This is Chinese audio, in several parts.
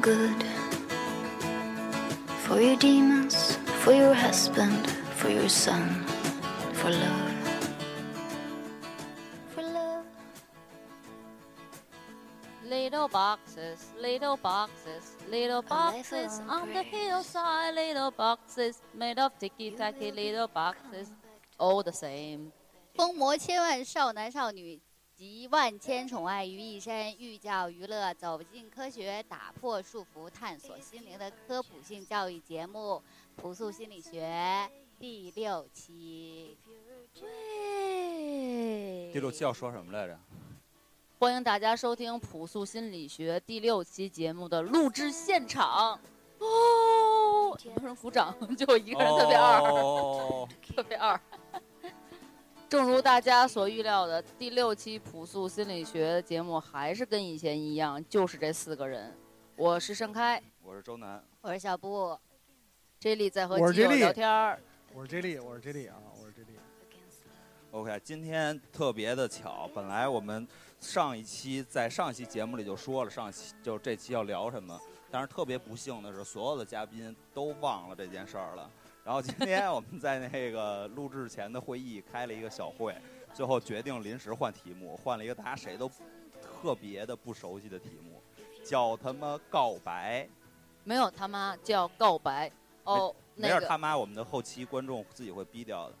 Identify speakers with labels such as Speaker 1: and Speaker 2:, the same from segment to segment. Speaker 1: good. For your demons, for your husband, for your son, for love. For love.
Speaker 2: Little boxes, little boxes, little
Speaker 3: Oh,
Speaker 2: boxes on the hillside, little boxes made of ticky tacky little boxes, all the same.
Speaker 3: 疯魔千万少男少女集万千宠爱于一身，寓教于乐，走进科学，打破束缚，探索心灵的科普性教育节目《朴素心理学》第六期。
Speaker 4: 第六期啊要说什么来着？
Speaker 2: 欢迎大家收听《朴素心理学》第六期节目的录制现场。哦，没有人鼓掌，就我一个人特别二。
Speaker 4: 哦，
Speaker 2: 特别二。 正如大家所预料的，第六期朴素心理学节目还是跟以前一样，就是这四个人。我是盛开
Speaker 4: 我是周南，
Speaker 3: 我是小布，
Speaker 2: ，J 莉在和
Speaker 5: 我是
Speaker 2: 基友
Speaker 5: Jelly
Speaker 2: 聊天儿，
Speaker 5: 我是 J 莉，我是 J 莉啊，我是 J 莉。
Speaker 4: OK，今天特别的巧，本来我们上一期在上一期节目里就说了，上期就这期要聊什么，但是特别不幸的是，所有的嘉宾都忘了这件事儿了。然后今天我们在那个录制前的会议开了一个小会，最后决定临时换题目，换了一个大家谁都特别的不熟悉的题目，叫他妈告白。
Speaker 2: 没有他妈叫告白哦，
Speaker 4: 没
Speaker 2: 那
Speaker 4: 事，
Speaker 2: 个
Speaker 4: 他妈我们的后期观众自己会逼掉的。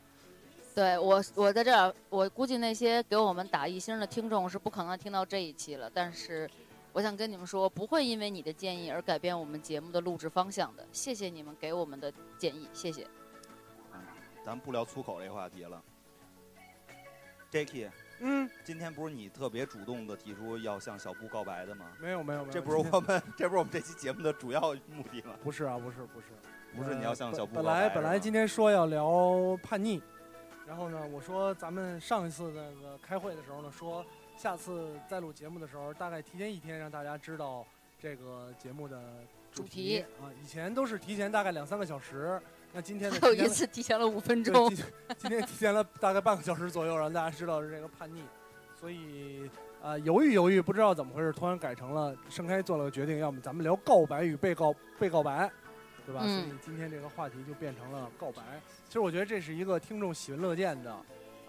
Speaker 2: 对我，我在这儿，我估计那些给我们打一星的听众是不可能听到这一期了。但是，我想跟你们说，不会因为你的建议而改变我们节目的录制方向的。谢谢你们给我们的建议，谢谢。
Speaker 4: 咱们不聊粗口这话题了。Jacky，
Speaker 5: 嗯，
Speaker 4: 今天不是你特别主动的提出要向小布告白的吗？
Speaker 5: 没有没有没有，
Speaker 4: 这不是我们， 这不是我们这期节目的主要目的吗？
Speaker 5: 不是啊，不是不是呃
Speaker 4: 不是你要向小布告
Speaker 5: 本
Speaker 4: 白
Speaker 5: 来
Speaker 4: 是吧
Speaker 5: 本来今天说要聊叛逆，然后呢，我说咱们上一次那个开会的时候呢，说下次再录节目的时候，大概提前一天让大家知道这个节目的主题啊。以前都是提前大概两三个小时，那今天呢
Speaker 2: 还 有
Speaker 5: 提前
Speaker 2: 一
Speaker 5: 了
Speaker 2: 次提前了五分
Speaker 5: 对
Speaker 2: 钟，
Speaker 5: 今今天提前了大概半个小时左右，让大家知道是这个叛逆，所以呃犹豫犹豫，不知道怎么回事，突然改成了盛开做了个决定，要么咱们聊告白与被告被告白，对吧？
Speaker 2: 嗯
Speaker 5: 所以今天这个话题就变成了告白。其实我觉得这是一个听众喜闻乐见的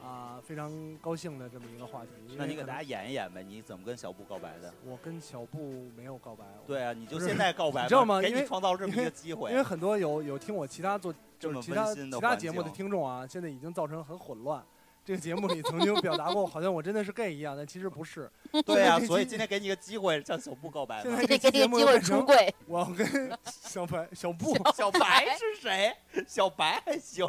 Speaker 5: 啊、非常高兴的这么一个话题。
Speaker 4: 那你给大家
Speaker 5: 家，
Speaker 4: 演一演呗，你怎么跟小布告白的？
Speaker 5: 我跟小布没有告白，我
Speaker 4: 对啊，你就
Speaker 5: 不是
Speaker 4: 现在告白吧，
Speaker 5: 你知道吗
Speaker 4: 给
Speaker 5: 因
Speaker 4: 你
Speaker 5: 为
Speaker 4: 创造这么一个机会
Speaker 5: 因为，很多有有听我其他做
Speaker 4: 这
Speaker 5: 就
Speaker 4: 么
Speaker 5: 是其他
Speaker 4: 温馨的
Speaker 5: 其他
Speaker 4: 环
Speaker 5: 节目的
Speaker 4: 境
Speaker 5: 听众啊，现在已经造成很混乱。这个节目里曾经表达过，好像我真的是 gay 一样，但其实不是。
Speaker 4: 对啊，
Speaker 5: 这期
Speaker 4: 所以今天给你一个机会向小布告白吧。
Speaker 5: 现在这
Speaker 2: 给
Speaker 5: 期
Speaker 2: 你个
Speaker 5: 节目
Speaker 2: 机
Speaker 5: 又
Speaker 2: 会
Speaker 5: 变
Speaker 2: 出
Speaker 5: 成
Speaker 2: 柜。
Speaker 5: 我跟小白、 小布，
Speaker 4: 小白是谁？小白还行，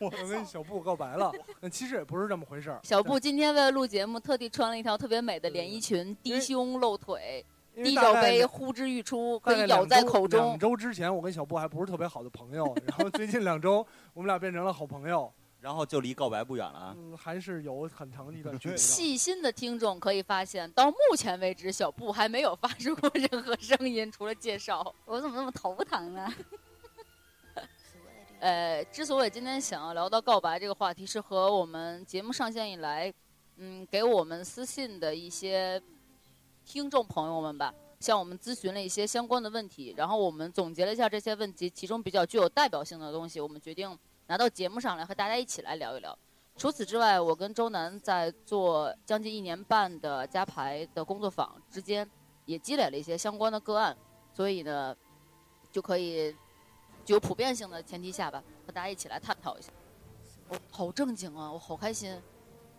Speaker 5: 我跟小布告白了。那其实也不是这么回事儿。
Speaker 2: 小布今天为了录节目，特地穿了一条特别美的连衣裙，低胸露腿，低罩杯呼之欲出，可
Speaker 5: 大概
Speaker 2: 以咬在
Speaker 5: 两周
Speaker 2: 口中
Speaker 5: 两。周之前，我跟小布还不是特别好的朋 友，然后最近两周我们俩变成了好朋友，
Speaker 4: 然后就离告白不远了啊。
Speaker 5: 嗯，还是有很长的一段距离的。
Speaker 2: 细心的听众可以发现，到目前为止，小布还没有发出过任何声音，除了介绍。
Speaker 3: 我怎么那么头疼呢？
Speaker 2: 呃，之所以今天想要聊到告白这个话题，是和我们节目上线以来，嗯，给我们私信的一些听众朋友们吧，向我们咨询了一些相关的问题，然后我们总结了一下这些问题，其中比较具有代表性的东西，我们决定拿到节目上来和大家一起来聊一聊。除此之外，我跟周楠在做将近一年半的加牌的工作坊之间，也积累了一些相关的个案，所以呢，就可以具有普遍性的前提下吧，和大家一起来探讨一下。我好正经啊，我好开 心。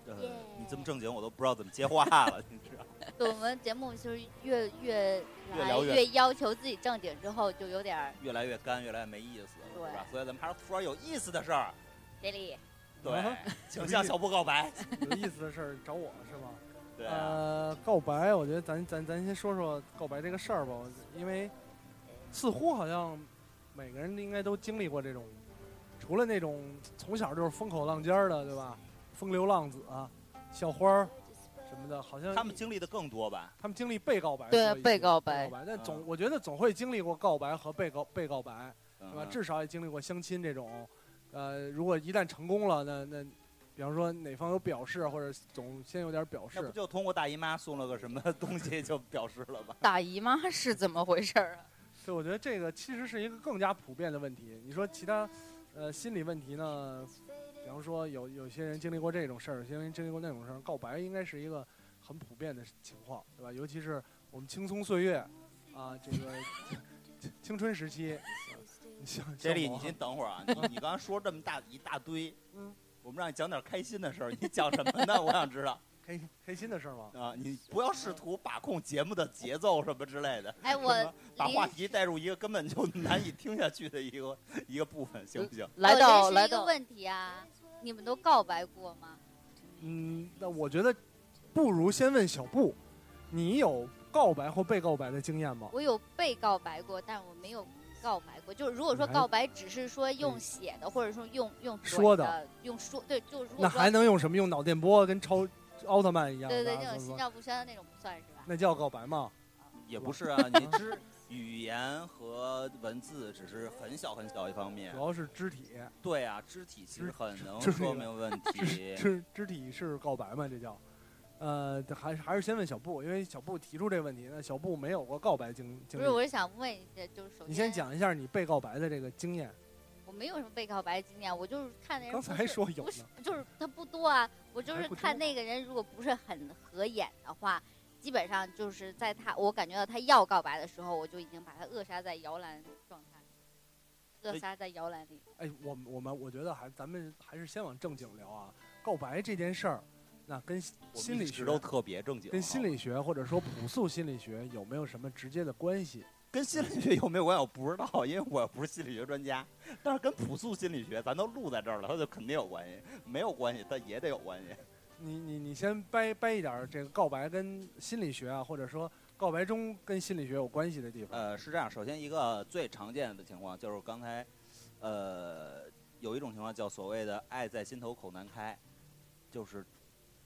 Speaker 4: 呃
Speaker 3: 耶
Speaker 4: 你这么正经，我都不知道怎么接话了，你知道吗？
Speaker 3: 对，我们节目就是越越
Speaker 4: 越
Speaker 3: 来
Speaker 4: 聊越
Speaker 3: 要求自己正经之后，就有点儿
Speaker 4: 越来越干，越来越没意思，
Speaker 3: 对
Speaker 4: 是吧？所以咱们还是说有意思的事儿。
Speaker 3: 给力。
Speaker 4: 对
Speaker 5: 啊，
Speaker 4: 请向小布告 白。
Speaker 5: 有意思的事儿找我是吗？
Speaker 4: 对啊，
Speaker 5: 呃，告白，我觉得咱咱咱先说说告白这个事儿吧，我因为似乎好像每个人应该都经历过这种，除了那种从小就是风口浪尖儿的，对吧？风流浪子啊，校花儿什么的，好像
Speaker 4: 他们经历的更多吧？
Speaker 5: 他们经历被告白多一
Speaker 2: 对
Speaker 5: 些，
Speaker 2: 被告白
Speaker 5: 白，但总、
Speaker 4: 啊
Speaker 5: 我觉得总会经历过告白和被告被告白，对吧？
Speaker 4: 嗯
Speaker 5: 至少也经历过相亲这种，呃，如果一旦成功了，那那比方说哪方有表示，或者总先有点表
Speaker 4: 那不
Speaker 5: 示。
Speaker 4: 就通过大姨妈送了个什么东西就表示了 吧？
Speaker 6: 打姨妈是怎么回事儿啊？
Speaker 5: 对，我觉得这个其实是一个更加普遍的问题。你说其他，呃，心理问题呢？比方说有有些人经历过这种事儿，有些人经历过那种事儿，告白应该是一个很普遍的情况，对吧？尤其是我们青葱岁月，啊，这个青春时期，啊你像
Speaker 4: 杰
Speaker 5: 像
Speaker 4: 里，
Speaker 5: 我
Speaker 4: 你先等会 儿啊，你你刚才说这么大一大堆，
Speaker 5: 嗯，
Speaker 4: 我们让你讲点开心的事儿，你讲什么 呢？我想知道
Speaker 5: 开开心的事儿吗？
Speaker 4: 啊，你不要试图把控节目的节奏什么之类的，
Speaker 2: 哎，我
Speaker 4: 什么把
Speaker 2: 临
Speaker 4: 话题带入一个根本就难以听下去的一个一个部分，行不行？
Speaker 6: 来到
Speaker 2: 我呃这是
Speaker 6: 来
Speaker 2: 一个
Speaker 6: 到，
Speaker 2: 问题啊，你们都告白过吗？
Speaker 5: 嗯，那我觉得不如先问小布，你有告白或被告白的经验吗？
Speaker 2: 我有被告白过，但我没有告白过。就是如果说
Speaker 5: 你还
Speaker 2: 告白，只是说用写的，或者说用用怼
Speaker 5: 嗯说
Speaker 2: 的
Speaker 5: 的，
Speaker 2: 用说对，就如果
Speaker 5: 那还
Speaker 2: 说
Speaker 5: 能用什么？用脑电波跟超奥特曼一样？
Speaker 2: 对对
Speaker 5: 吧
Speaker 2: 那种
Speaker 5: 怎
Speaker 2: 心
Speaker 5: 么
Speaker 2: 照不宣的那种不算是吧？
Speaker 5: 那叫告白吗？
Speaker 4: 也不 是啊，你知语言和文字只是很小很小一方面
Speaker 5: 主，要是肢体，
Speaker 4: 对啊，肢体其实很能
Speaker 5: 肢体
Speaker 4: 说明问题。
Speaker 5: 肢肢体是告白吗？这叫，呃，还是还是先问小布，因为小布提出这问题，那小布没有过告白经经
Speaker 2: 不是，我
Speaker 5: 历。
Speaker 2: 是想问一下，就是首先
Speaker 5: 你先，讲一下你被告白的这个经验。
Speaker 2: 我没有什么被告白的经验，我就是看那人
Speaker 5: 刚
Speaker 2: 不
Speaker 5: 才
Speaker 2: 是
Speaker 5: 还说有
Speaker 2: 不是
Speaker 5: 呢，
Speaker 2: 就是他不多啊，我就
Speaker 5: 还
Speaker 2: 是
Speaker 5: 不多
Speaker 2: 看那个人如果不是很合眼的话，基本上就是在他我感觉到他要告白的时候，我就已经把他扼杀在摇篮状态，扼
Speaker 4: 哎
Speaker 2: 杀在摇篮里。
Speaker 5: 哎，我们我们我觉得还咱们还是先往正经聊啊。告白这件事儿，那跟
Speaker 4: 我们
Speaker 5: 心理
Speaker 4: 一
Speaker 5: 学
Speaker 4: 直都特别正经，啊
Speaker 5: 跟心
Speaker 4: 好
Speaker 5: 理
Speaker 4: 吧
Speaker 5: 学或者说朴素心理学有没有什么直接的关系？
Speaker 4: 跟心理学有没有关系我不知道，因为我不是心理学专家。但是跟朴素心理学咱都录在这儿了，它就肯定有关系。没有关系，但也得有关系。
Speaker 5: 你你你先掰掰一点儿这个告白跟心理学啊，或者说告白中跟心理学有关系的地方。
Speaker 4: 呃，是这样，首先一个最常见的情况就是刚才，呃，有一种情况叫所谓的“爱在心头口难开”，就是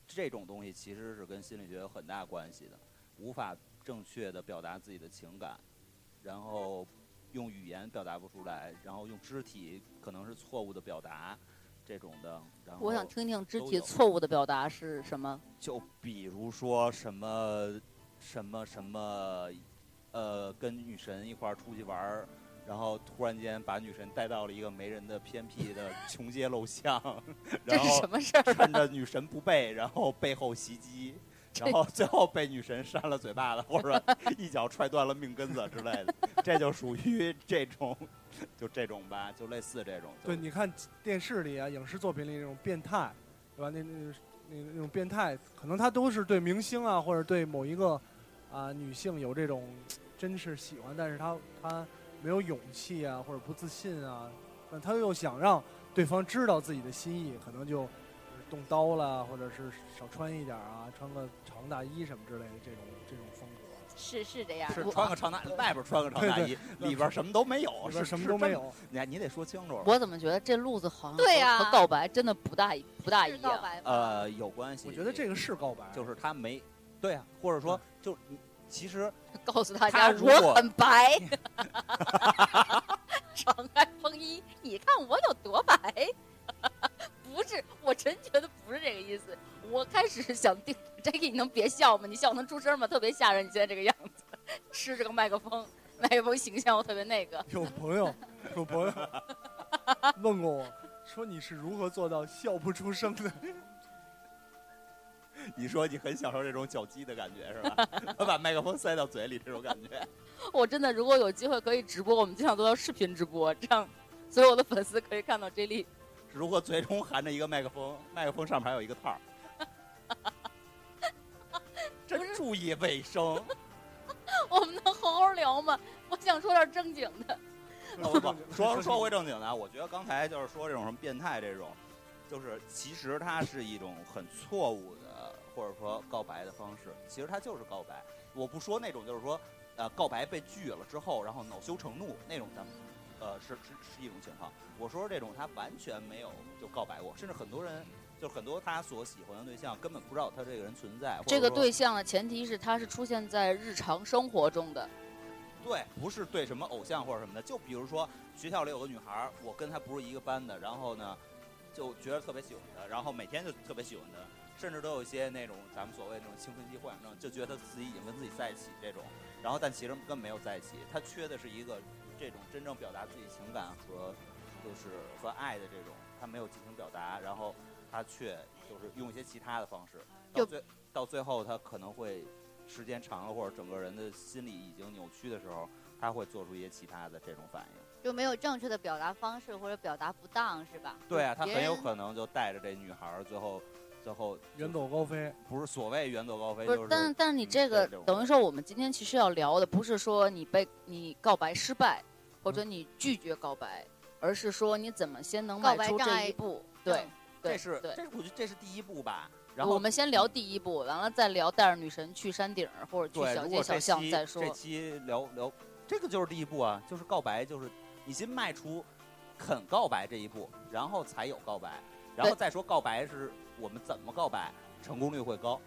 Speaker 4: 这种东西其实是跟心理学有很大关系的，无法正确的表达自己的情感，然后用语言表达不出来，然后用肢体可能是错误的表达，这种的。然后
Speaker 6: 我
Speaker 5: 哦
Speaker 6: 想听听肢
Speaker 4: 都
Speaker 6: 体
Speaker 4: 有
Speaker 6: 错误的表达是什么。
Speaker 4: 就比如说什么什么什么，呃，跟女神一块儿出去玩儿，然后突然间把女神带到了一个没人的偏僻的穷街陋 巷，
Speaker 6: 这
Speaker 4: 然
Speaker 6: 是
Speaker 4: 后
Speaker 6: 什么事儿？啊
Speaker 4: 趁着女神不备，然后背后袭击，然后最后被女神扇了嘴巴子，或 者一脚踹断了命根子之类的，这就属于这种，就这种吧，就类似这种。就
Speaker 5: 对，你看电视里啊、影视作品里那种变态，对吧？那那那那种变态，可能他都是对明星啊，或者对某一个啊、女性有这种真是喜欢，但是他他没有勇气啊，或者不自信啊，那他又想让对方知道自己的心意，可能就动刀啦，或者是少穿一点啊，穿个长大衣什么之类的这种这种风格。
Speaker 2: 是是这样，
Speaker 4: 是
Speaker 2: 我
Speaker 4: 穿个长大，外边穿个长大
Speaker 5: 对
Speaker 4: 衣，里边什么都没有，
Speaker 5: 里
Speaker 4: 哦是
Speaker 5: 边什么都
Speaker 4: 是这
Speaker 5: 没有，
Speaker 4: 你你得说清楚了。
Speaker 6: 我怎么觉得这路子好像
Speaker 2: 对
Speaker 6: 和
Speaker 2: 呀
Speaker 6: 和告白真的不大一不大啊
Speaker 2: 是
Speaker 6: 一
Speaker 2: 告
Speaker 6: 样。
Speaker 2: 白吗？
Speaker 4: 呃，有关系。
Speaker 5: 我觉得这个是告白，啊
Speaker 4: 就是他没，对啊，或者说就你其实
Speaker 6: 告诉
Speaker 4: 他
Speaker 6: 大家
Speaker 4: 如
Speaker 6: 我
Speaker 4: 果
Speaker 6: 很白， 敞开风衣，你看我有多白。 不是，我真觉得不是这个意思。我开始想定 j a c k 你能别笑吗？你笑能出声吗？特别吓人，你现在这个样子， 吃这个麦克风，麦克风形象我特别那个。
Speaker 5: 有朋友，有朋 友问过我说你是如何做到笑不出声的？
Speaker 4: 你说你很享受这种脚击的感觉是吧？ 我把麦克风塞到嘴里这种感觉，
Speaker 6: 我真的如果有机会可以直播，我们就想做到视频直播，这样所有的粉丝可以看到 J 莉。
Speaker 4: 如果嘴中含着一个麦克风，麦克风上面还有一个 套儿，真注意卫生。
Speaker 6: 我们能好好聊吗？我想说点正经的。
Speaker 4: 不哦 不，说说回正经的啊，我觉得刚才就是说这种什么变态这种，就是其实它是一种很错误的，或者说告白的方式。其实它就是告白，我不说那种就是说，呃，告白被拒了之后，然后恼羞成怒那种，咱们，呃，是是是一种情况。我说这种他完全没有就告白过，甚至很多人就是很多他所喜欢的对象根本不知道他这个人存在。或者
Speaker 6: 这个
Speaker 4: 说
Speaker 6: 对象的前提是他是出现在日常生活中的，
Speaker 4: 对，不是对什么偶像或者什么的，就比如说学校里有个女孩儿，我跟她不是一个班的，然后呢，就觉得特别喜欢他，然后每天就特别喜欢他，甚至都有一些那种咱们所谓那种青春期幻想症，就觉得自己已经跟自己在一起这种，然后但其实根本没有在一起，他缺的是一个这种真正表达自己情感和就是和爱的这种，他没有进行表达，然后他却就是用一些其他的方式，到
Speaker 2: 就
Speaker 4: 最到最后他可能会时间长了或者整个人的心理已经扭曲的时候，他会做出一些其他的这种反应。
Speaker 2: 就没有正确的表达方式或者表达不当，是吧？
Speaker 4: 对啊，他
Speaker 2: 别
Speaker 4: 很有
Speaker 2: 人
Speaker 4: 可能就带着这女孩儿，最后最后
Speaker 5: 远走高飞，
Speaker 4: 不是所谓远走高飞，
Speaker 6: 不
Speaker 4: 就是
Speaker 6: 是，但但是你
Speaker 4: 嗯
Speaker 6: 这个
Speaker 4: 对对
Speaker 6: 等于说，我们今天其实要聊的不是说你被你告白失败，或
Speaker 4: 嗯
Speaker 6: 者你拒绝告白，而是说你怎么先能
Speaker 2: 告
Speaker 6: 迈
Speaker 2: 白
Speaker 6: 出
Speaker 2: 障
Speaker 6: 这
Speaker 2: 碍
Speaker 6: 一步。对，对
Speaker 4: 嗯这是
Speaker 6: 对
Speaker 4: 这。是我觉得这是第一步吧。然后
Speaker 6: 我们先聊第一步，完了再聊带着女神去山顶儿或者去
Speaker 4: 对，
Speaker 6: 小
Speaker 4: 如
Speaker 6: 街
Speaker 4: 果
Speaker 6: 小
Speaker 4: 这
Speaker 6: 巷
Speaker 4: 期
Speaker 6: 再说
Speaker 4: 这。期聊聊这个就是第一步啊，就是告白，就是你先迈出肯告白这一步，然后才有告白，然后
Speaker 6: 对
Speaker 4: 再说告白是我们怎么告白，成功率会高。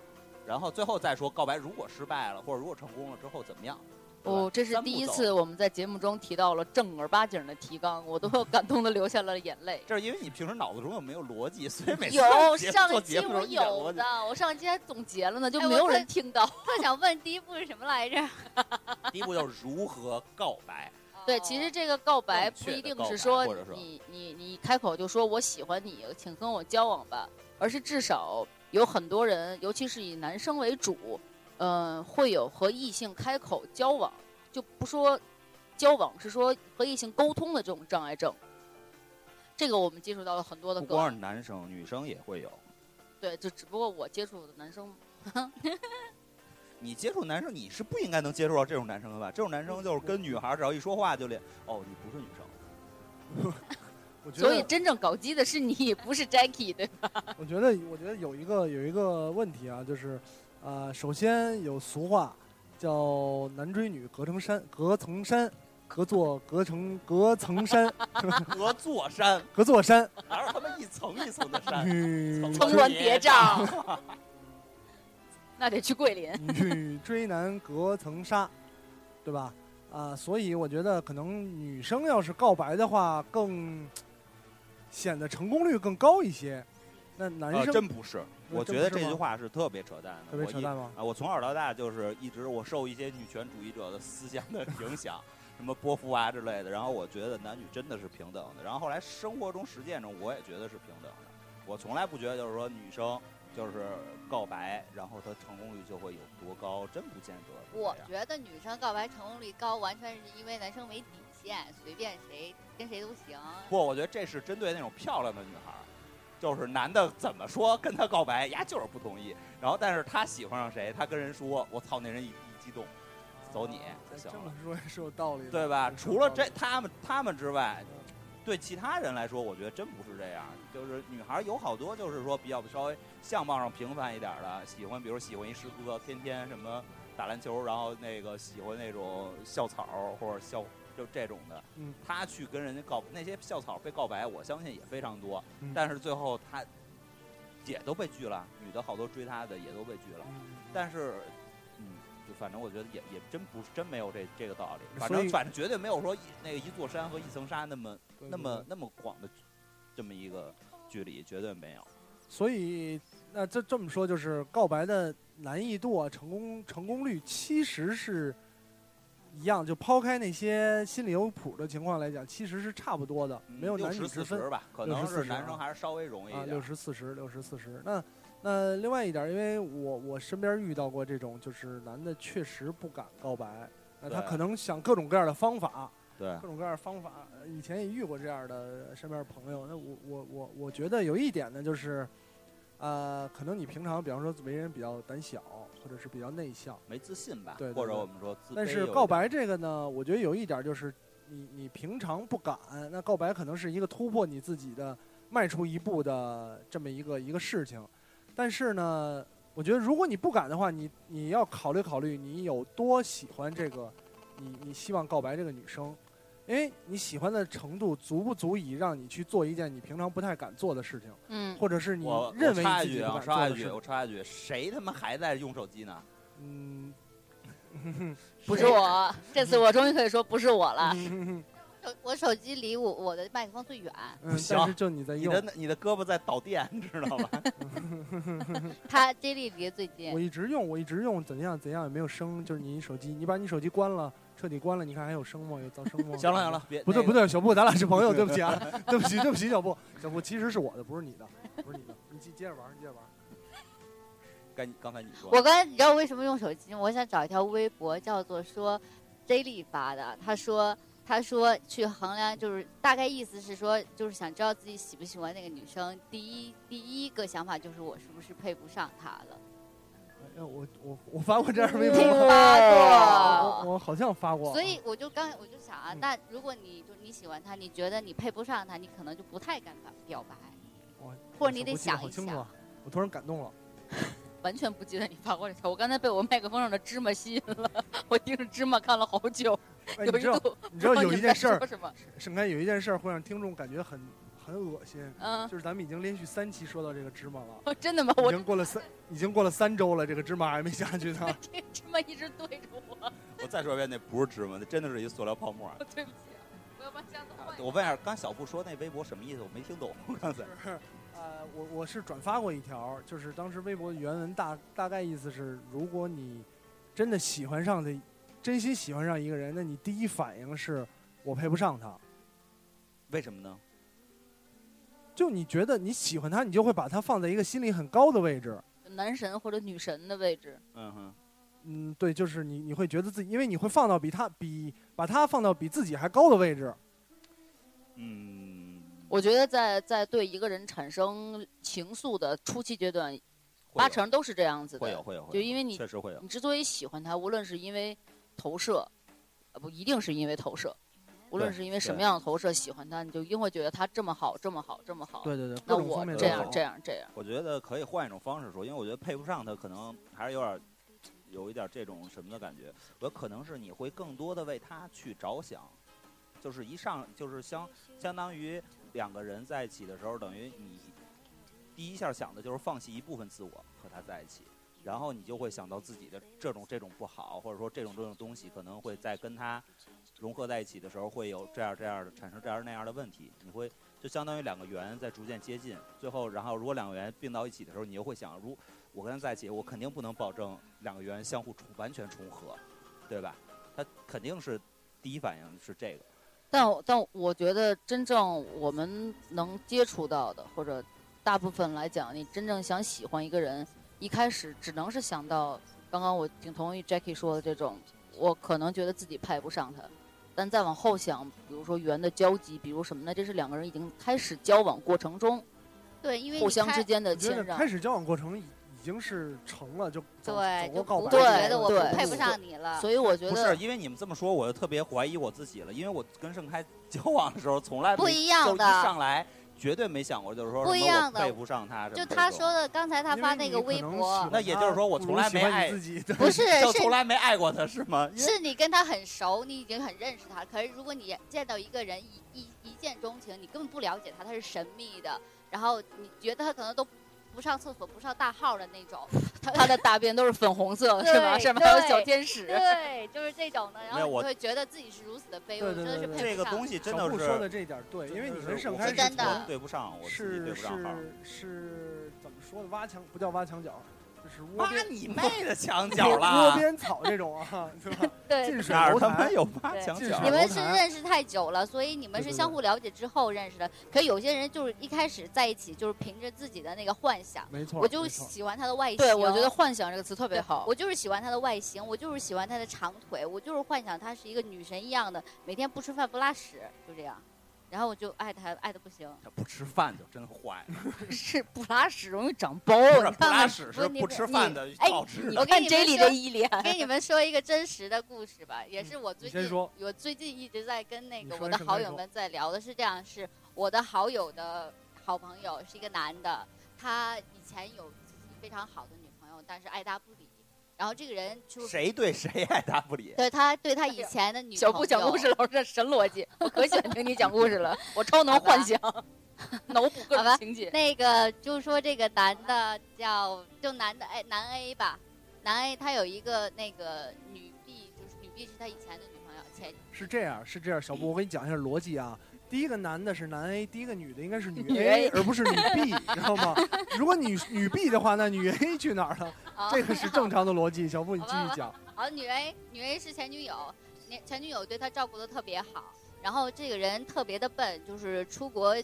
Speaker 4: 然后最后再说告白，如果失败了或者如果成功了之后怎么样？对吧
Speaker 6: 哦，这是
Speaker 4: 三
Speaker 6: 第
Speaker 4: 步
Speaker 6: 一
Speaker 4: 走
Speaker 6: 次我们在节目中提到了正儿八经的提纲，我都要感动的流下了眼泪。
Speaker 4: 这是因为你平时脑子中有没有逻辑，所 以每次
Speaker 6: 有
Speaker 4: 节
Speaker 6: 上
Speaker 4: 做
Speaker 6: 一
Speaker 4: 节
Speaker 6: 期
Speaker 4: 目的时
Speaker 6: 我
Speaker 4: 候一点
Speaker 6: 有
Speaker 4: 逻辑
Speaker 6: 的，我上一期还总结了呢，就
Speaker 2: 哎
Speaker 6: 没
Speaker 2: 我
Speaker 6: 有人
Speaker 2: 特
Speaker 6: 听到。
Speaker 2: 特想问第一步是什么来着？
Speaker 4: 第一步就是如何告白，
Speaker 6: 对，其实这个告白
Speaker 4: 正嗯
Speaker 6: 不
Speaker 4: 确
Speaker 6: 一
Speaker 4: 的
Speaker 6: 定
Speaker 4: 告
Speaker 6: 是
Speaker 4: 白
Speaker 6: 说
Speaker 4: 或者说
Speaker 6: 你你你开口就说我喜欢你，请跟我交往吧，而是至少有很多人，尤其是以男生为主，嗯、会有和异性开口交往，就不说交往，是说和异性沟通的这种障碍症。这个我们接触到了很多的
Speaker 4: 不
Speaker 6: 个
Speaker 4: 光
Speaker 6: 案，
Speaker 4: 是男生，女生也会有。
Speaker 6: 对，就只不过我接触的男生
Speaker 4: 你接触男生，你是不应该能接触到这种男生的吧？这种男生就是跟女孩只要一说话就连哦，你不是女生，
Speaker 5: 我觉
Speaker 6: 所以
Speaker 5: 得，
Speaker 6: 真正搞基的是你，不是 Jackie 对吧？
Speaker 5: 我觉得，我觉得有一个有一个问题啊，就是，呃，首先有俗话叫“男追女隔层山，隔层山，隔座隔层隔层山，
Speaker 4: 隔座山，
Speaker 5: 隔座 山，嗯
Speaker 4: 哪有他妈一层一层的 山？
Speaker 5: 女
Speaker 4: 层
Speaker 6: 层
Speaker 4: 峦
Speaker 6: 峦
Speaker 4: 叠
Speaker 6: 叠嶂， 那得去桂林。
Speaker 5: 女追男隔层纱，对吧？啊、所以我觉得可能女生要是告白的话，更显得成功率更高一些。那男
Speaker 4: 呃，
Speaker 5: 生、
Speaker 4: 真不是，我觉得这句
Speaker 5: 话
Speaker 4: 话是特别扯淡的，
Speaker 5: 特别扯淡吗？
Speaker 4: 我一啊！我从小到大就是一直我受一些女权主义者的思想的影响，什么波伏娃之类的，然后我觉得男女真的是平等的，然后后来生活中实践中我也觉得是平等的，我从来不觉得就是说女生就是告白，然后她成功率就会有多高，真不见得是这
Speaker 2: 我
Speaker 4: 样。
Speaker 2: 觉得女生告白成功率高，完全是因为男生没底线，随便谁跟谁都行。
Speaker 4: 不，我觉得这是针对那种漂亮的女孩儿，就是男的怎么说跟她告白，呀就是不同意，然后但是她喜欢上谁，她跟人说，我操，那人一一激动，走你就行
Speaker 5: 这
Speaker 4: 了
Speaker 5: 么，说也是有道理的，
Speaker 4: 对吧
Speaker 5: 是？有
Speaker 4: 除了
Speaker 5: 道理
Speaker 4: 这
Speaker 5: 的，
Speaker 4: 他们他们之外，对其他人来说，我觉得真不是这样。就是女孩儿有好多就是说比较稍微相貌上平凡一点儿的，喜欢比如喜欢一师哥，天天什么打篮球，然后那个喜欢那种校草儿或者校就这种的。
Speaker 5: 嗯，
Speaker 4: 他去跟人家告那些校草被告白，我相信也非常多。
Speaker 5: 嗯
Speaker 4: 但是最后他也都被拒了，女的好多追他的也都被拒了。
Speaker 5: 嗯
Speaker 4: 但是，嗯，就反正我觉得也也真不是真没有这这个道理。反
Speaker 5: 所
Speaker 4: 正
Speaker 5: 以
Speaker 4: 反正绝对没有说一那个一座山和一层纱那么
Speaker 5: 对
Speaker 4: 那
Speaker 5: 对
Speaker 4: 么
Speaker 5: 对
Speaker 4: 那么广的这么一个距离，绝对没有。
Speaker 5: 所以那这这么说就是告白的难易度啊，成功成功率其实是一样，就抛开那些心里有谱的情况来讲，其实是差不多的，没有
Speaker 4: 嗯六
Speaker 5: 男女
Speaker 4: 十
Speaker 5: 之
Speaker 4: 四
Speaker 5: 分
Speaker 4: 十吧，可
Speaker 5: 六
Speaker 4: 能
Speaker 5: 十四
Speaker 4: 是
Speaker 5: 十
Speaker 4: 男
Speaker 5: 啊
Speaker 4: 生还是稍微容易
Speaker 5: 啊
Speaker 4: 一，点
Speaker 5: 六
Speaker 4: 儿。
Speaker 5: 十四十，六十四十。那那另外一点儿，因为我我身边遇到过这种，就是男的确实不敢告白，那他
Speaker 4: 对
Speaker 5: 可能想各种各样的方法，
Speaker 4: 对
Speaker 5: 各种各样的方法。呃以前也遇过这样的身边的朋友。那我我我我觉得有一点呢，就是，呃，可能你平常比方说为人比较胆小，或者是比较内向，
Speaker 4: 没自信吧，
Speaker 5: 对对
Speaker 4: 或者
Speaker 5: 对
Speaker 4: 我们说自卑有
Speaker 5: 但
Speaker 4: 一点
Speaker 5: 是
Speaker 4: 儿。
Speaker 5: 告白这个呢，我觉得有一点就是你你平常不敢，那告白可能是一个突破你自己的迈出一步的这么一个一个事情。但是呢，我觉得如果你不敢的话，你你要考虑考虑你有多喜欢这个，你你希望告白这个女生，因为你喜欢的程度足不足以让你去做一件你平常不太敢做的事情，
Speaker 6: 嗯，
Speaker 5: 或者是你
Speaker 4: 我
Speaker 5: 认
Speaker 4: 我
Speaker 5: 为
Speaker 4: 插
Speaker 5: 你
Speaker 4: 一
Speaker 5: 自己
Speaker 4: 句
Speaker 5: 不
Speaker 4: 啊，我插一
Speaker 5: 敢做的事
Speaker 4: 句，
Speaker 5: 情
Speaker 4: 我。插一句，谁他妈还在用手机呢？
Speaker 5: 嗯，
Speaker 6: 不是我，这次我终于可以说不是我了。
Speaker 5: 嗯
Speaker 2: 手 我手机离我我的麦克风最 远，
Speaker 5: 嗯，
Speaker 4: 行
Speaker 5: 但是就你在
Speaker 4: 你
Speaker 5: 用
Speaker 4: 的，那你的胳膊在导电，你知 道吧？
Speaker 2: 他 J 莉离得最
Speaker 5: 我
Speaker 2: 近。
Speaker 5: 一直用，我一直用，怎样怎样也没有声，就是你手机，你把你手机关了，彻底关了，你看还有声吗？有噪声吗？
Speaker 4: 行了行了，，别
Speaker 5: 不对
Speaker 4: 那个
Speaker 5: 不对，小布，咱 俩是朋友，对不起啊，对不起对不起，小布，小布其实是我的，不是你的，不是你的，你接接着玩，你接着玩。
Speaker 4: 该你刚才你说
Speaker 2: 我刚才你知道为什么用手机吗？我想找一条微博，叫做说 J 莉发的，他说他说去衡量，就是大概意思是说，就是想知道自己喜不喜欢那个女生。第一第一个想法就是我是不是配不上她了。
Speaker 5: 哎呀，我我我发过这样的微博
Speaker 2: 你
Speaker 5: 吗，
Speaker 2: 发过
Speaker 5: 我。我好像发过啊，
Speaker 2: 所以我就刚我就想啊，
Speaker 5: 嗯
Speaker 2: 那如果你就你喜欢他，你觉得你配不上他，你可能就不太敢表表白，
Speaker 5: 我
Speaker 2: 或者你得
Speaker 5: 我记得
Speaker 2: 想
Speaker 5: 好
Speaker 2: 一
Speaker 5: 清楚
Speaker 2: 想
Speaker 5: 啊，。我突然感动了，
Speaker 6: 完全不记得你发过这条，我刚才被我麦克风上的芝麻吸引了， 我盯着芝麻看了好久，
Speaker 5: 哎，
Speaker 6: 有
Speaker 5: 你
Speaker 6: 一
Speaker 5: 知道
Speaker 6: 度
Speaker 5: 你 知道
Speaker 6: 不
Speaker 5: 有
Speaker 6: 你
Speaker 5: 一
Speaker 6: 们在
Speaker 5: 件事儿
Speaker 6: 说，什么？
Speaker 5: 沈开有一件事儿会让听众感觉很很恶心，
Speaker 6: 嗯，
Speaker 5: 就是咱们已经连续三期说到这个芝麻了，
Speaker 6: 真的吗？
Speaker 5: 已
Speaker 6: 我
Speaker 5: 经过了三已经过了三周了，这个芝麻还没下去 呢。
Speaker 6: 这芝麻一直对着我，
Speaker 4: 我再说一遍，那不是芝麻，那真的是一塑料泡沫。
Speaker 6: 对不起啊，我要不然下次换一个。
Speaker 4: 我问一下，刚小布说那微博什么意思？我没听懂。刚才
Speaker 5: 呃，我我是转发过一条，就是当时微博原文大大概意思是，如果你真的喜欢上的，真心喜欢上一个人，那你第一反应是我配不上他，
Speaker 4: 为什么呢？
Speaker 5: 就你觉得你喜欢他，你就会把他放在一个心里很高的位置。
Speaker 6: 男神或者女神的位置，
Speaker 4: 嗯哼，
Speaker 5: 嗯，对，就是你你会觉得自己，因为你会放到比他比把他放到比自己还高的位置。
Speaker 4: 嗯，
Speaker 6: 我觉得在在对一个人产生情愫的初期阶段，
Speaker 4: 会
Speaker 6: 八
Speaker 4: 有
Speaker 6: 成都是这样子的。
Speaker 4: 会有会有会有，
Speaker 6: 就因为你
Speaker 4: 确实会有。
Speaker 6: 你之所以喜欢他，无论是因为投射，呃，不一定是因为投射，无论
Speaker 4: 对
Speaker 6: 是因为什
Speaker 4: 对
Speaker 6: 么样的投射喜欢他，你就一定会觉得他这么好，这么好，这么好。
Speaker 5: 对对对，各
Speaker 6: 那
Speaker 5: 种
Speaker 6: 我
Speaker 5: 方面
Speaker 6: 这
Speaker 5: 都
Speaker 6: 样
Speaker 5: 好
Speaker 6: 这样这样，
Speaker 4: 我觉得可以换一种方式说，因为我觉得配不上他，可能还是有点有一点这种什么的感觉。我可能是你会更多的为他去着想，就是一上就是相相当于两个人在一起的时候，等于你第一下想的就是放弃一部分自我和他在一起，然后你就会想到自己的这种这种不好，或者说这种这种东西可能会在跟他融合在一起的时候会有这样这样的产生这样那样的问题，你会。就相当于两个圆在逐渐接近，最后，然后如果两个圆并到一起的时候，你又会想，如我跟他在一起，我肯定不能保证两个圆相互重完全重合，对吧？他肯定是第一反应是这个，
Speaker 6: 但我但我觉得真正我们能接触到的，或者大部分来讲，你真正想喜欢一个人，一开始只能是想到刚刚我挺同意 Jackie 说的这种，我可能觉得自己配不上他，但再往后想，比如说圆的交集，比如什么呢？这是两个人已经开始交往过程中
Speaker 2: 对，因为
Speaker 6: 互
Speaker 2: 你
Speaker 6: 相
Speaker 2: 开
Speaker 6: 之间的
Speaker 5: 我觉
Speaker 6: 谦
Speaker 5: 得开
Speaker 6: 让。
Speaker 5: 始交往过程已已经是成了，就走
Speaker 2: 对
Speaker 5: 走
Speaker 2: 就
Speaker 5: 过告
Speaker 2: 不会
Speaker 5: 白这
Speaker 6: 对
Speaker 5: 样
Speaker 2: 觉得
Speaker 5: 的
Speaker 2: 我
Speaker 5: 路
Speaker 6: 对
Speaker 2: 配不
Speaker 5: 子
Speaker 2: 上你了。
Speaker 6: 所以我觉
Speaker 4: 不
Speaker 6: 得
Speaker 4: 是因为你们这么说，我就特别怀疑我自己了，因为我跟盛开 交往的时候从来
Speaker 2: 不
Speaker 4: 没
Speaker 2: 一
Speaker 4: 就
Speaker 2: 样
Speaker 4: 一
Speaker 2: 的，
Speaker 4: 上来绝对没想过，就是说
Speaker 2: 不
Speaker 4: 什么
Speaker 2: 一样
Speaker 4: 我
Speaker 2: 的
Speaker 4: 配不上他什么
Speaker 2: 就
Speaker 4: 这
Speaker 2: 他
Speaker 4: 种
Speaker 2: 说的，刚才他
Speaker 5: 因
Speaker 2: 发
Speaker 5: 为
Speaker 2: 那
Speaker 5: 你
Speaker 2: 个
Speaker 5: 可
Speaker 2: 微
Speaker 5: 能
Speaker 2: 博
Speaker 5: 喜，
Speaker 4: 那
Speaker 5: 欢
Speaker 4: 也
Speaker 5: 他
Speaker 4: 就是说我
Speaker 5: 不
Speaker 4: 从
Speaker 5: 如
Speaker 4: 来
Speaker 5: 喜
Speaker 4: 没
Speaker 5: 欢你
Speaker 4: 爱
Speaker 5: 自己，对
Speaker 2: 不是
Speaker 4: 就是从来没爱过他是吗？因为
Speaker 2: 是你跟他很熟，你已经很认识他。可是如果你见到一个人一一一见钟情，你根本不了解他，他是神秘的，然后你觉得他可能都不上厕所、不上大号的那种。
Speaker 6: 他的大便都是粉红色，是吧？
Speaker 2: 对
Speaker 6: 上面还有小
Speaker 2: 对
Speaker 6: 天使。
Speaker 2: 对，就是这种的，然
Speaker 4: 没有
Speaker 2: 后你
Speaker 4: 我
Speaker 2: 会觉得自己是如此的卑微，
Speaker 5: 对
Speaker 2: 我真
Speaker 5: 对
Speaker 2: 的是
Speaker 5: 对对
Speaker 2: 配
Speaker 4: 这
Speaker 2: 不
Speaker 4: 个
Speaker 2: 上。
Speaker 4: 东西真
Speaker 5: 小
Speaker 4: 的
Speaker 5: 布
Speaker 4: 是
Speaker 5: 说的这一点儿对，因为你跟盛开
Speaker 2: 是真的
Speaker 4: 我对不上，我自己对不
Speaker 5: 是
Speaker 4: 上号。
Speaker 5: 是是怎么说的？挖墙不叫挖墙角，就是窝
Speaker 4: 挖
Speaker 5: 边
Speaker 4: 你妹的墙角
Speaker 5: 窝窝
Speaker 4: 啦！
Speaker 5: 边草这种啊，对吧？
Speaker 2: 对，
Speaker 5: 近水
Speaker 4: 哪儿
Speaker 5: 楼
Speaker 4: 他妈
Speaker 5: 台。
Speaker 4: 有挖墙
Speaker 5: 对
Speaker 4: 角
Speaker 2: 你
Speaker 4: 儿？
Speaker 5: 进水楼
Speaker 2: 们是
Speaker 5: 盘
Speaker 2: 认识太久了，所以你们
Speaker 5: 对
Speaker 2: 是
Speaker 5: 对
Speaker 2: 相
Speaker 5: 对
Speaker 2: 互了解之后认识的。可有些人就是一开始在一起就是凭着自己的那个幻想，
Speaker 5: 没错，
Speaker 2: 我就
Speaker 5: 没错
Speaker 2: 喜欢他的外形。
Speaker 6: 对，我觉得“幻想”这个词特别
Speaker 2: 对
Speaker 6: 好。
Speaker 2: 我就是喜欢她的外形，我就是喜欢她的长腿，我就是幻想她是一个女神一样的，每天不吃饭不拉屎，就这样。然后我就爱她，爱的不 行。
Speaker 4: 他不吃饭就真坏，
Speaker 6: 是不拉屎容易长包，
Speaker 4: 不是
Speaker 6: 你
Speaker 4: 不拉
Speaker 6: 看
Speaker 4: 屎
Speaker 2: 不
Speaker 4: 是
Speaker 2: 是你
Speaker 4: 不吃饭的
Speaker 2: 你哎
Speaker 4: 好吃
Speaker 6: 你
Speaker 4: 的。
Speaker 2: 我
Speaker 6: 看
Speaker 2: 跟你们
Speaker 6: J 里
Speaker 2: 说
Speaker 6: 这一脸，啊
Speaker 2: 给你们说一个真实的故事吧，也是我最
Speaker 5: 嗯你先
Speaker 2: 近
Speaker 5: 说
Speaker 2: 我最近一直在跟那
Speaker 5: 你
Speaker 2: 个
Speaker 5: 说
Speaker 2: 我
Speaker 5: 你
Speaker 2: 的
Speaker 5: 什么
Speaker 2: 好
Speaker 5: 时
Speaker 2: 友
Speaker 5: 候
Speaker 2: 们在聊的是这样，是我的好友的好朋友是一个男的，他以前有自己非常好的女朋友，但是爱答不理。然后这个人就
Speaker 4: 谁对谁爱答不理？
Speaker 2: 对他对
Speaker 6: 哎
Speaker 2: 他以前的女朋友
Speaker 6: 小布讲故事老师这神逻辑，我可喜欢听你讲故事了，我超能幻想，脑补各
Speaker 2: 好
Speaker 6: 种
Speaker 2: 吧
Speaker 6: 情节。
Speaker 2: 那个就说这个男的叫就男的哎男 A 吧，男 A 他有一个那个女 B，就是女 B 是他以前的女朋友，全
Speaker 5: 是这样，是这样，小布，我给你讲一下逻辑啊。第一个男的是男 A，第一个女的应该是女
Speaker 6: 女
Speaker 5: A，
Speaker 6: A
Speaker 5: 而不是女 B，知道吗？如果女女 B 的话，那女 A 去哪儿了？
Speaker 2: 哦
Speaker 5: 这个是正常的逻辑。小布，你
Speaker 2: 好
Speaker 5: 继
Speaker 2: 吧
Speaker 5: 续讲。
Speaker 2: 好，女 A，女 A 是前女友，前前女友对她照顾的特别好，然后这个人特别的笨，就是出国，呃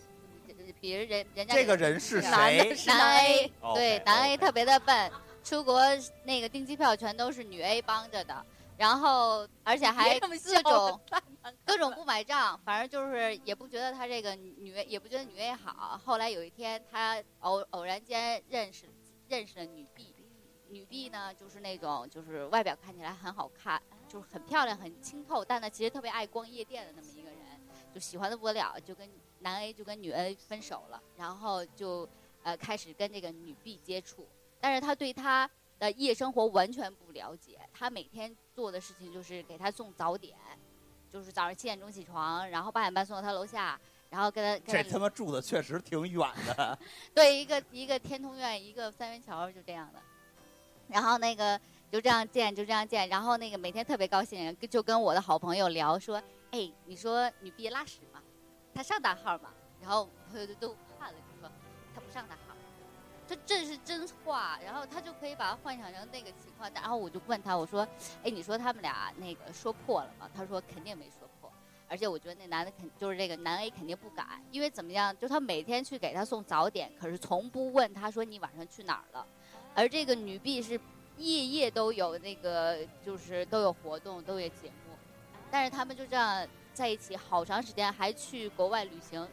Speaker 2: 别人人家
Speaker 4: 这个人是
Speaker 2: 男
Speaker 4: 谁？
Speaker 6: 是
Speaker 2: 男 A，
Speaker 4: 哦 OK，
Speaker 2: 对，男 A
Speaker 4: OK
Speaker 2: 特别的笨，出国那个订机票全都是女 A 帮着的，然后而且还
Speaker 6: 别这么
Speaker 2: 各
Speaker 6: 笑
Speaker 2: 种
Speaker 6: 我
Speaker 2: 各种不买账，反正就是也不觉得他这个女 A 也不觉得女 A 好。后来有一天，他偶偶然间认识认识了女 B，女 B 呢就是那种就是外表看起来很好看，就是很漂亮、很清透，但呢其实特别爱逛夜店的那么一个人，就喜欢的不得了，就跟男 A 就跟女 A 分手了，然后就呃开始跟这个女 B 接触，但是他对她的夜生活完全不了解，他每天做的事情就是给她送早点，就是早上七点钟起床，然后八点半送到她楼下，然后跟她跟
Speaker 4: 这
Speaker 2: 她
Speaker 4: 他妈住的确实挺远 的，
Speaker 2: 对，一个一个天通苑，一个三元桥，就这样的。然后那个就这样见，就这样见。然后那个每天特别高兴，跟就跟我的好朋友聊说：“哎，你说女 B 拉屎吗？她上大号吗？”然后我朋友就都看了，就说：“她不上大号。”这这是真话，然后他就可以把它幻想成那个情况。然后我就问他，我说：“哎，你说他们俩那个说破了吗？”他说：“肯定没说破。”而且我觉得那男的肯就是这个男 A 肯定不敢，因为怎么样，就他每天去给他送早点，可是从不问他说你晚上去哪儿了，而这个女 B 是夜夜都有那个就是都有活动都有节目，但是他们就这样在一起好长时间，还去国外旅行，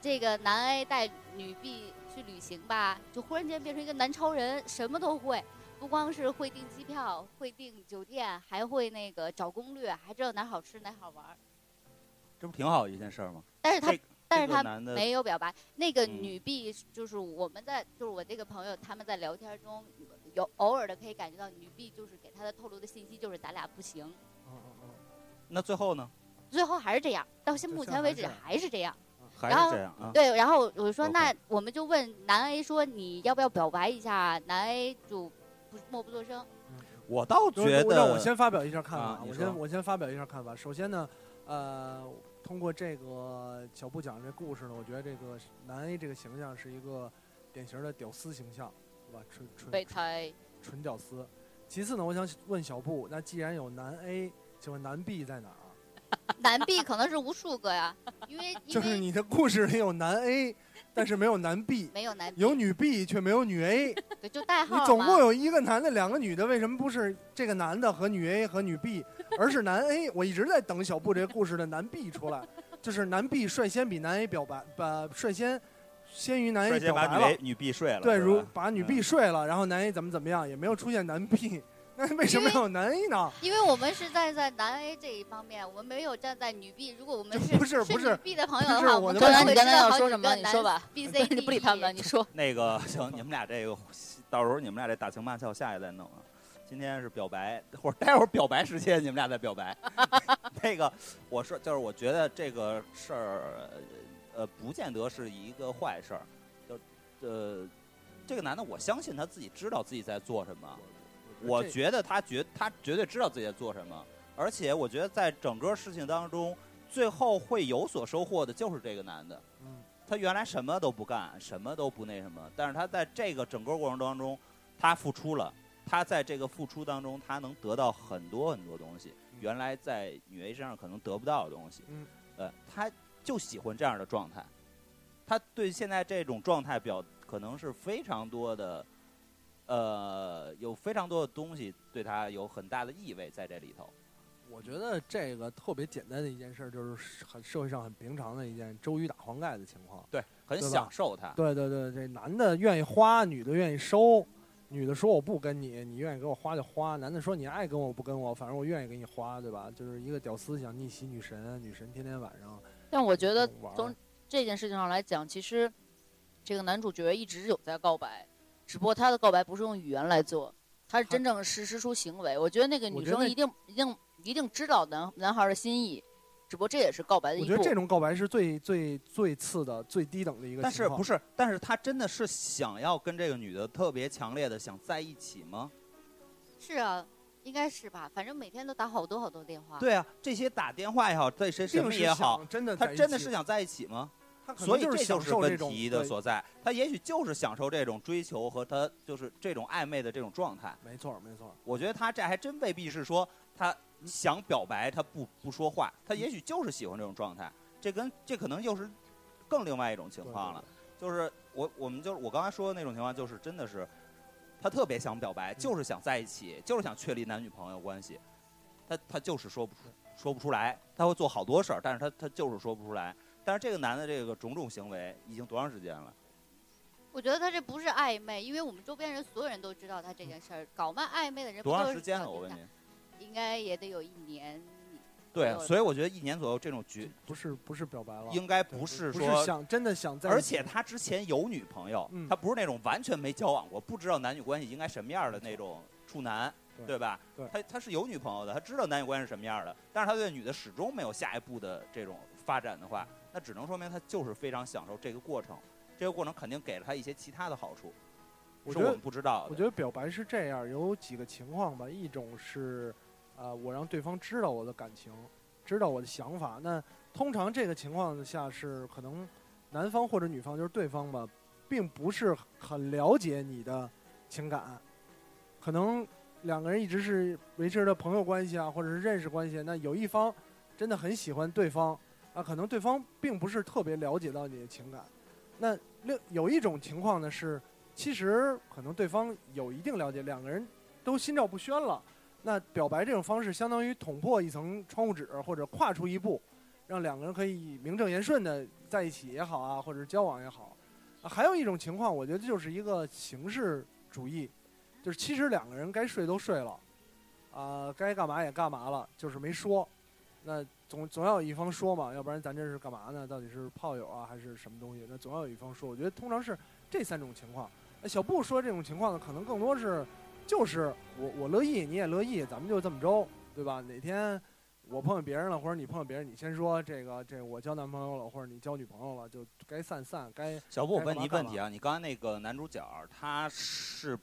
Speaker 2: 这个男 A 带女 B 去旅行吧，就忽然间变成一个男超人，什么都会。不光是会订机票、会订酒店，还会那个找攻略，还知道哪儿好吃哪儿好玩儿。
Speaker 4: 这不挺好一件事儿吗？
Speaker 2: 但是他，
Speaker 4: 这
Speaker 2: 但是
Speaker 4: 这个
Speaker 2: 他
Speaker 4: 男的
Speaker 2: 没有表白。那个
Speaker 4: 嗯
Speaker 2: 女 B 就是我们在，就是我这个朋友他们在聊天中有偶尔的可以感觉到女 B 就是给他的透露的信息就是咱俩不行，
Speaker 5: 嗯嗯嗯，
Speaker 4: 那最后呢？
Speaker 2: 最后还是这样，到现
Speaker 5: 就
Speaker 2: 目
Speaker 5: 像
Speaker 2: 前
Speaker 5: 还
Speaker 2: 为
Speaker 5: 是
Speaker 2: 止
Speaker 5: 这样
Speaker 2: 还是这样。
Speaker 4: 还
Speaker 2: 然后
Speaker 4: 是这样啊？
Speaker 2: 对，然后我说
Speaker 4: OK
Speaker 2: 那我们就问男 A 说你要不要表白一下？男 A 就不默不作声。
Speaker 4: 我倒
Speaker 5: 嗯就是
Speaker 4: 觉
Speaker 5: 让我
Speaker 4: 得，
Speaker 5: 先发表一下看法，
Speaker 4: 啊你
Speaker 5: 我
Speaker 4: 说
Speaker 5: 先我先发表一下看法。首先呢，呃，通过这个小布讲这故事呢，我觉得这个男 A 这个形象是一个典型的屌丝形象，对吧？纯纯
Speaker 6: 备胎，
Speaker 5: 纯屌丝。其次呢，我想问小布，那既然有男 A，请问男 B 在哪儿啊？
Speaker 2: 男 B 可能是无数个呀，因为因
Speaker 5: 就是
Speaker 2: 为
Speaker 5: 你的故事里有男 A，但是没有男 B，
Speaker 2: 没有男 B，
Speaker 5: 有女 B 却没有 女 A。
Speaker 2: 对就代
Speaker 5: 你
Speaker 2: 号
Speaker 5: 总
Speaker 2: 嘛
Speaker 5: 共有一个男的，两个女的，为什么不是这个男的和女 A 和女 B，而是男 A？我一直在等小布这个故事的男 B 出来，就是男 B 率先比男 A 表白，把率先先于男
Speaker 4: 瞬
Speaker 5: A
Speaker 4: 间把
Speaker 5: 表白
Speaker 4: 女
Speaker 5: 了
Speaker 4: A，女 B 睡了，
Speaker 5: 对，
Speaker 4: 是吧
Speaker 5: 如把女
Speaker 4: 嗯
Speaker 5: B 睡了，然后男 A 怎么怎么样，也没有出现男 B，那 为什么要有男 A 呢？
Speaker 2: 因为我们是站在男 A 这一方面，我们没有站在女 B。如果我们是
Speaker 5: 不是不是
Speaker 2: 女 B 的朋友的
Speaker 5: 不是
Speaker 2: 话，我
Speaker 5: 我
Speaker 2: 们
Speaker 5: 的
Speaker 6: 刚
Speaker 5: 问
Speaker 6: 才
Speaker 5: 题
Speaker 6: 你刚才要说什么？你说
Speaker 2: 吧。
Speaker 6: 吧，
Speaker 2: B
Speaker 6: 对
Speaker 2: C
Speaker 6: 你
Speaker 2: D E
Speaker 6: 不理他们了，你说。
Speaker 4: 那个 行，你们俩这个到时候你们俩这打情骂俏，下去再弄啊。今天是表白，或者待会儿表白时间，你们俩再表白。 那个，我说就是，我觉得这个事儿，呃，不见得是一个坏事儿。就呃，这个男的，我相信他自己知道自己在做什么。我
Speaker 5: 这
Speaker 4: 觉得他绝他绝对知道自己在做什么，而且我觉得在整个事情当中，最后会有所收获的就是这个男的。
Speaker 5: 嗯
Speaker 4: 他原来什么都不干，什么都不那什么，但是他在这个整个过程当中，他付出了，他在这个付出当中，他能得到很多很多东西，
Speaker 5: 嗯
Speaker 4: 原来在女 A 身上可能得不到的东西。
Speaker 5: 嗯，
Speaker 4: 呃，他就喜欢这样的状态，他对现在这种状态表可能是非常多的，呃，有非常多的东西对他有很大的意味在这里头。
Speaker 5: 我觉得这个特别简单的一件事，就是很社会上很平常的一件周瑜打黄盖的情况。
Speaker 4: 对，很
Speaker 5: 对吧
Speaker 4: 享受他。
Speaker 5: 对对对，这男的愿意花，女的愿意收。女的说我不跟你，你愿意给我花就花；男的说你爱跟我不跟我，反正我愿意给你花，对吧？就是一个屌丝想逆袭女神，啊女神天天晚上
Speaker 6: 但我觉得
Speaker 5: 玩儿。
Speaker 6: 从这件事情上来讲，其实这个男主角一直有在告白，只不过他的告白不是用语言来做，他是
Speaker 5: 他
Speaker 6: 真正实施出行为。我觉得那个
Speaker 5: 我
Speaker 6: 女
Speaker 5: 觉得
Speaker 6: 生
Speaker 5: 那
Speaker 6: 一定一定一定知道男男孩的心意，只不过这也是告白的一
Speaker 5: 我
Speaker 6: 步。
Speaker 5: 觉得这种告白是最最最次的、最低等的一个情况。
Speaker 4: 但是不
Speaker 5: 是
Speaker 4: 是？但是他真的是想要跟这个女的特别强烈的想在一起吗？
Speaker 2: 是啊，应该是吧？反正每天都打好多好多电话。
Speaker 4: 对啊，这些打电话也好，对谁什
Speaker 5: 并
Speaker 4: 么
Speaker 5: 是
Speaker 4: 也好，
Speaker 5: 想真的
Speaker 4: 他
Speaker 5: 在一
Speaker 4: 真的
Speaker 5: 起
Speaker 4: 是想在一起吗？
Speaker 5: 他可
Speaker 4: 所
Speaker 5: 能
Speaker 4: 以这
Speaker 5: 享
Speaker 4: 就是
Speaker 5: 受这
Speaker 4: 问
Speaker 5: 种
Speaker 4: 题的
Speaker 5: 对
Speaker 4: 所在，他也许就是享受这种追求和他就是这种暧昧的这种状态。
Speaker 5: 没错儿没错儿，
Speaker 4: 我觉得他这还真未必是说他想表白，他不不说话，他也许就是喜欢这种状态。这跟这可能又是更另外一种情
Speaker 5: 对
Speaker 4: 况了。。就是我我们就是我刚才说的那种情况，就是真的是他特别想表白，
Speaker 5: 嗯
Speaker 4: 就是想在一起，就是想确立男女朋友关系，他他就是说不出说不出来，他会做好多事儿，但是他他就是说不出来。但是这个男的这个种种行为已经多长时间了？
Speaker 2: 我觉得他这不是暧昧，因为我们周边人所有人都知道他这件事儿。搞嘛暧昧的人不
Speaker 4: 多
Speaker 2: 都
Speaker 4: 长
Speaker 2: 是
Speaker 4: 时间了？
Speaker 2: 小
Speaker 4: 我
Speaker 2: 侦
Speaker 4: 问
Speaker 2: 探
Speaker 4: 您。
Speaker 2: 应该也得有一年。
Speaker 4: 对
Speaker 2: 左，右
Speaker 4: 所以我觉得一年左右这种局
Speaker 5: 不是不是表白了，
Speaker 4: 应该
Speaker 5: 对
Speaker 4: 不是
Speaker 5: 不
Speaker 4: 说
Speaker 5: 是想真的想在一起，
Speaker 4: 而且他之前有女朋友，
Speaker 5: 嗯
Speaker 4: 他不是那种完全没交往过、不知道男女关系应该什么样的那种处男，
Speaker 5: 对
Speaker 4: 对吧？
Speaker 5: 对
Speaker 4: 他他是有女朋友的，他知道男女关系是什么样的，但是他对女的始终没有下一步的这种发展的话，那只能说明他就是非常享受这个过程，这个过程肯定给了他一些其他的好处，
Speaker 5: 我
Speaker 4: 是
Speaker 5: 觉
Speaker 4: 我
Speaker 5: 得
Speaker 4: 们不知道
Speaker 5: 我
Speaker 4: 的。
Speaker 5: 觉得表白是这样，有几个情况吧，一种是，呃，我让对方知道我的感情，知道我的想法。那通常这个情况下是可能男方或者女方就是对方吧，并不是很了解你的情感，可能两个人一直是维持着朋友关系啊，或者是认识关系。那有一方真的很喜欢对方啊，可能对方并不是特别了解到你的情感。那另有一种情况呢是。其实可能对方有一定了解，两个人都心照不宣了。那表白这种方式，相当于捅破一层窗户纸，或者跨出一步，让两个人可以名正言顺的在一起也好啊，或者交往也好。啊，还有一种情况，我觉得就是一个形式主义，就是其实两个人该睡都睡了，啊、该干嘛也干嘛了，就是没说。那总总要有一方说嘛，要不然咱这是干嘛呢？到底是炮友啊，还是什么东西？那总要有一方说。我觉得通常是这三种情况。那小布说这种情况呢，可能更多是就是我我乐意，你也乐意，咱们就这么着，对吧？哪天我碰见别人了，或者你碰见别人，你先说这个这我交男朋友了，或者你交女朋友了，就该散散，该
Speaker 4: 小布，我问
Speaker 5: 该干嘛
Speaker 4: 你一问题啊，你刚才那个男主角他是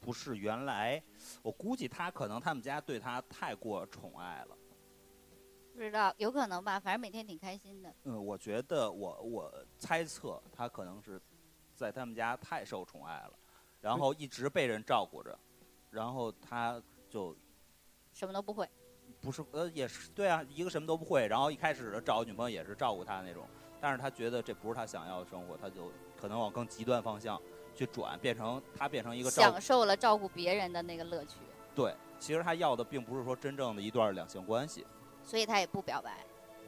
Speaker 4: 不是原来？我估计他可能他们家对他太过宠爱了。
Speaker 2: 不知道，有可能吧，反正每天挺开心的。
Speaker 4: 嗯，我觉得我我猜测他可能是在他们家太受宠爱了，然后一直被人照顾着，然后他就
Speaker 2: 什么都不会，
Speaker 4: 不是呃也是对啊，一个什么都不会，然后一开始找女朋友也是照顾他那种，但是他觉得这不是他想要的生活，他就可能往更极端方向去转，变成他变成一个照顾
Speaker 2: 享受了照顾别人的那个乐趣，
Speaker 4: 对，其实他要的并不是说真正的一段两性关系，
Speaker 2: 所以他也不表白。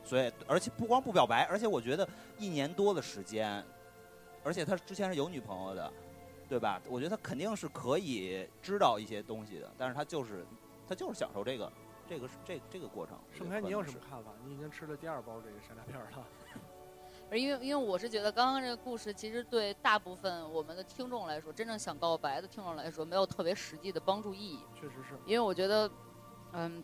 Speaker 4: 所以，而且不光不表白，而且我觉得一年多的时间，而且他之前是有女朋友的，对吧？我觉得他肯定是可以知道一些东西的，但是他就是他就是享受这个这个这这个过程。
Speaker 5: 盛开，你有什么看法？你已经吃了第二包这个山楂片儿了，
Speaker 6: 而因为因为我是觉得刚刚这个故事其实对大部分我们的听众来说，真正想告白的听众来说，没有特别实际的帮助意义。
Speaker 5: 确实是。
Speaker 6: 因为我觉得，嗯，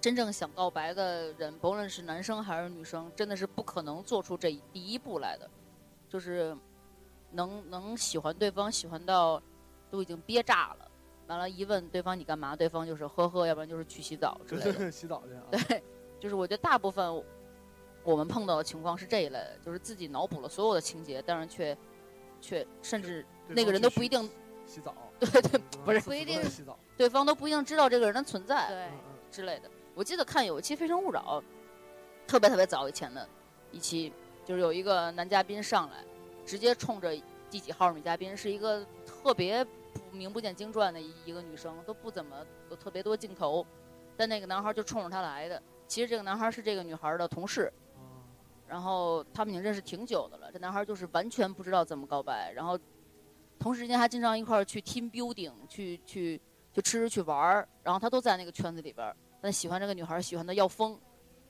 Speaker 6: 真正想告白的人，不论是男生还是女生，真的是不可能做出这第一步来的，就是能能喜欢对方，喜欢到都已经憋炸了，完了，一问对方你干嘛，对方就是呵呵，要不然就是去洗澡之
Speaker 5: 对对
Speaker 6: 类的。
Speaker 5: 对， 洗澡去 啊！
Speaker 6: 对，就是我觉得大部分我们碰到的情况是这一类的，就是自己脑补了所有的情节，但是却却甚至
Speaker 5: 对
Speaker 6: 那个
Speaker 5: 方
Speaker 6: 人都
Speaker 5: 去
Speaker 6: 不一
Speaker 5: 洗
Speaker 6: 定，
Speaker 5: 洗澡，
Speaker 6: 对对，
Speaker 5: 嗯
Speaker 6: 不是
Speaker 5: 四
Speaker 2: 不
Speaker 5: 十
Speaker 2: 一
Speaker 5: 多
Speaker 2: 定
Speaker 5: 人洗澡。
Speaker 6: 对方都不一定知道这个人的存在
Speaker 2: 对
Speaker 5: 嗯，嗯
Speaker 6: 之类的。我记得看有一期《非诚勿扰》，特别特别早以前的一期，就是有一个男嘉宾上来，直接冲着第几号女嘉宾，是一个特别不名不见经传的一一个女生，都不怎么有特别多镜头，但那个男孩就冲着她来的。其实这个男孩是这个女孩的同事，
Speaker 5: 嗯
Speaker 6: 然后他们已经认识挺久的了。这男孩就是完全不知道怎么告白，然后同时之间还经常一块儿去 team building，去去去吃去玩儿，然后他都在那个圈子里边儿。但喜欢这个女孩，喜欢的要疯。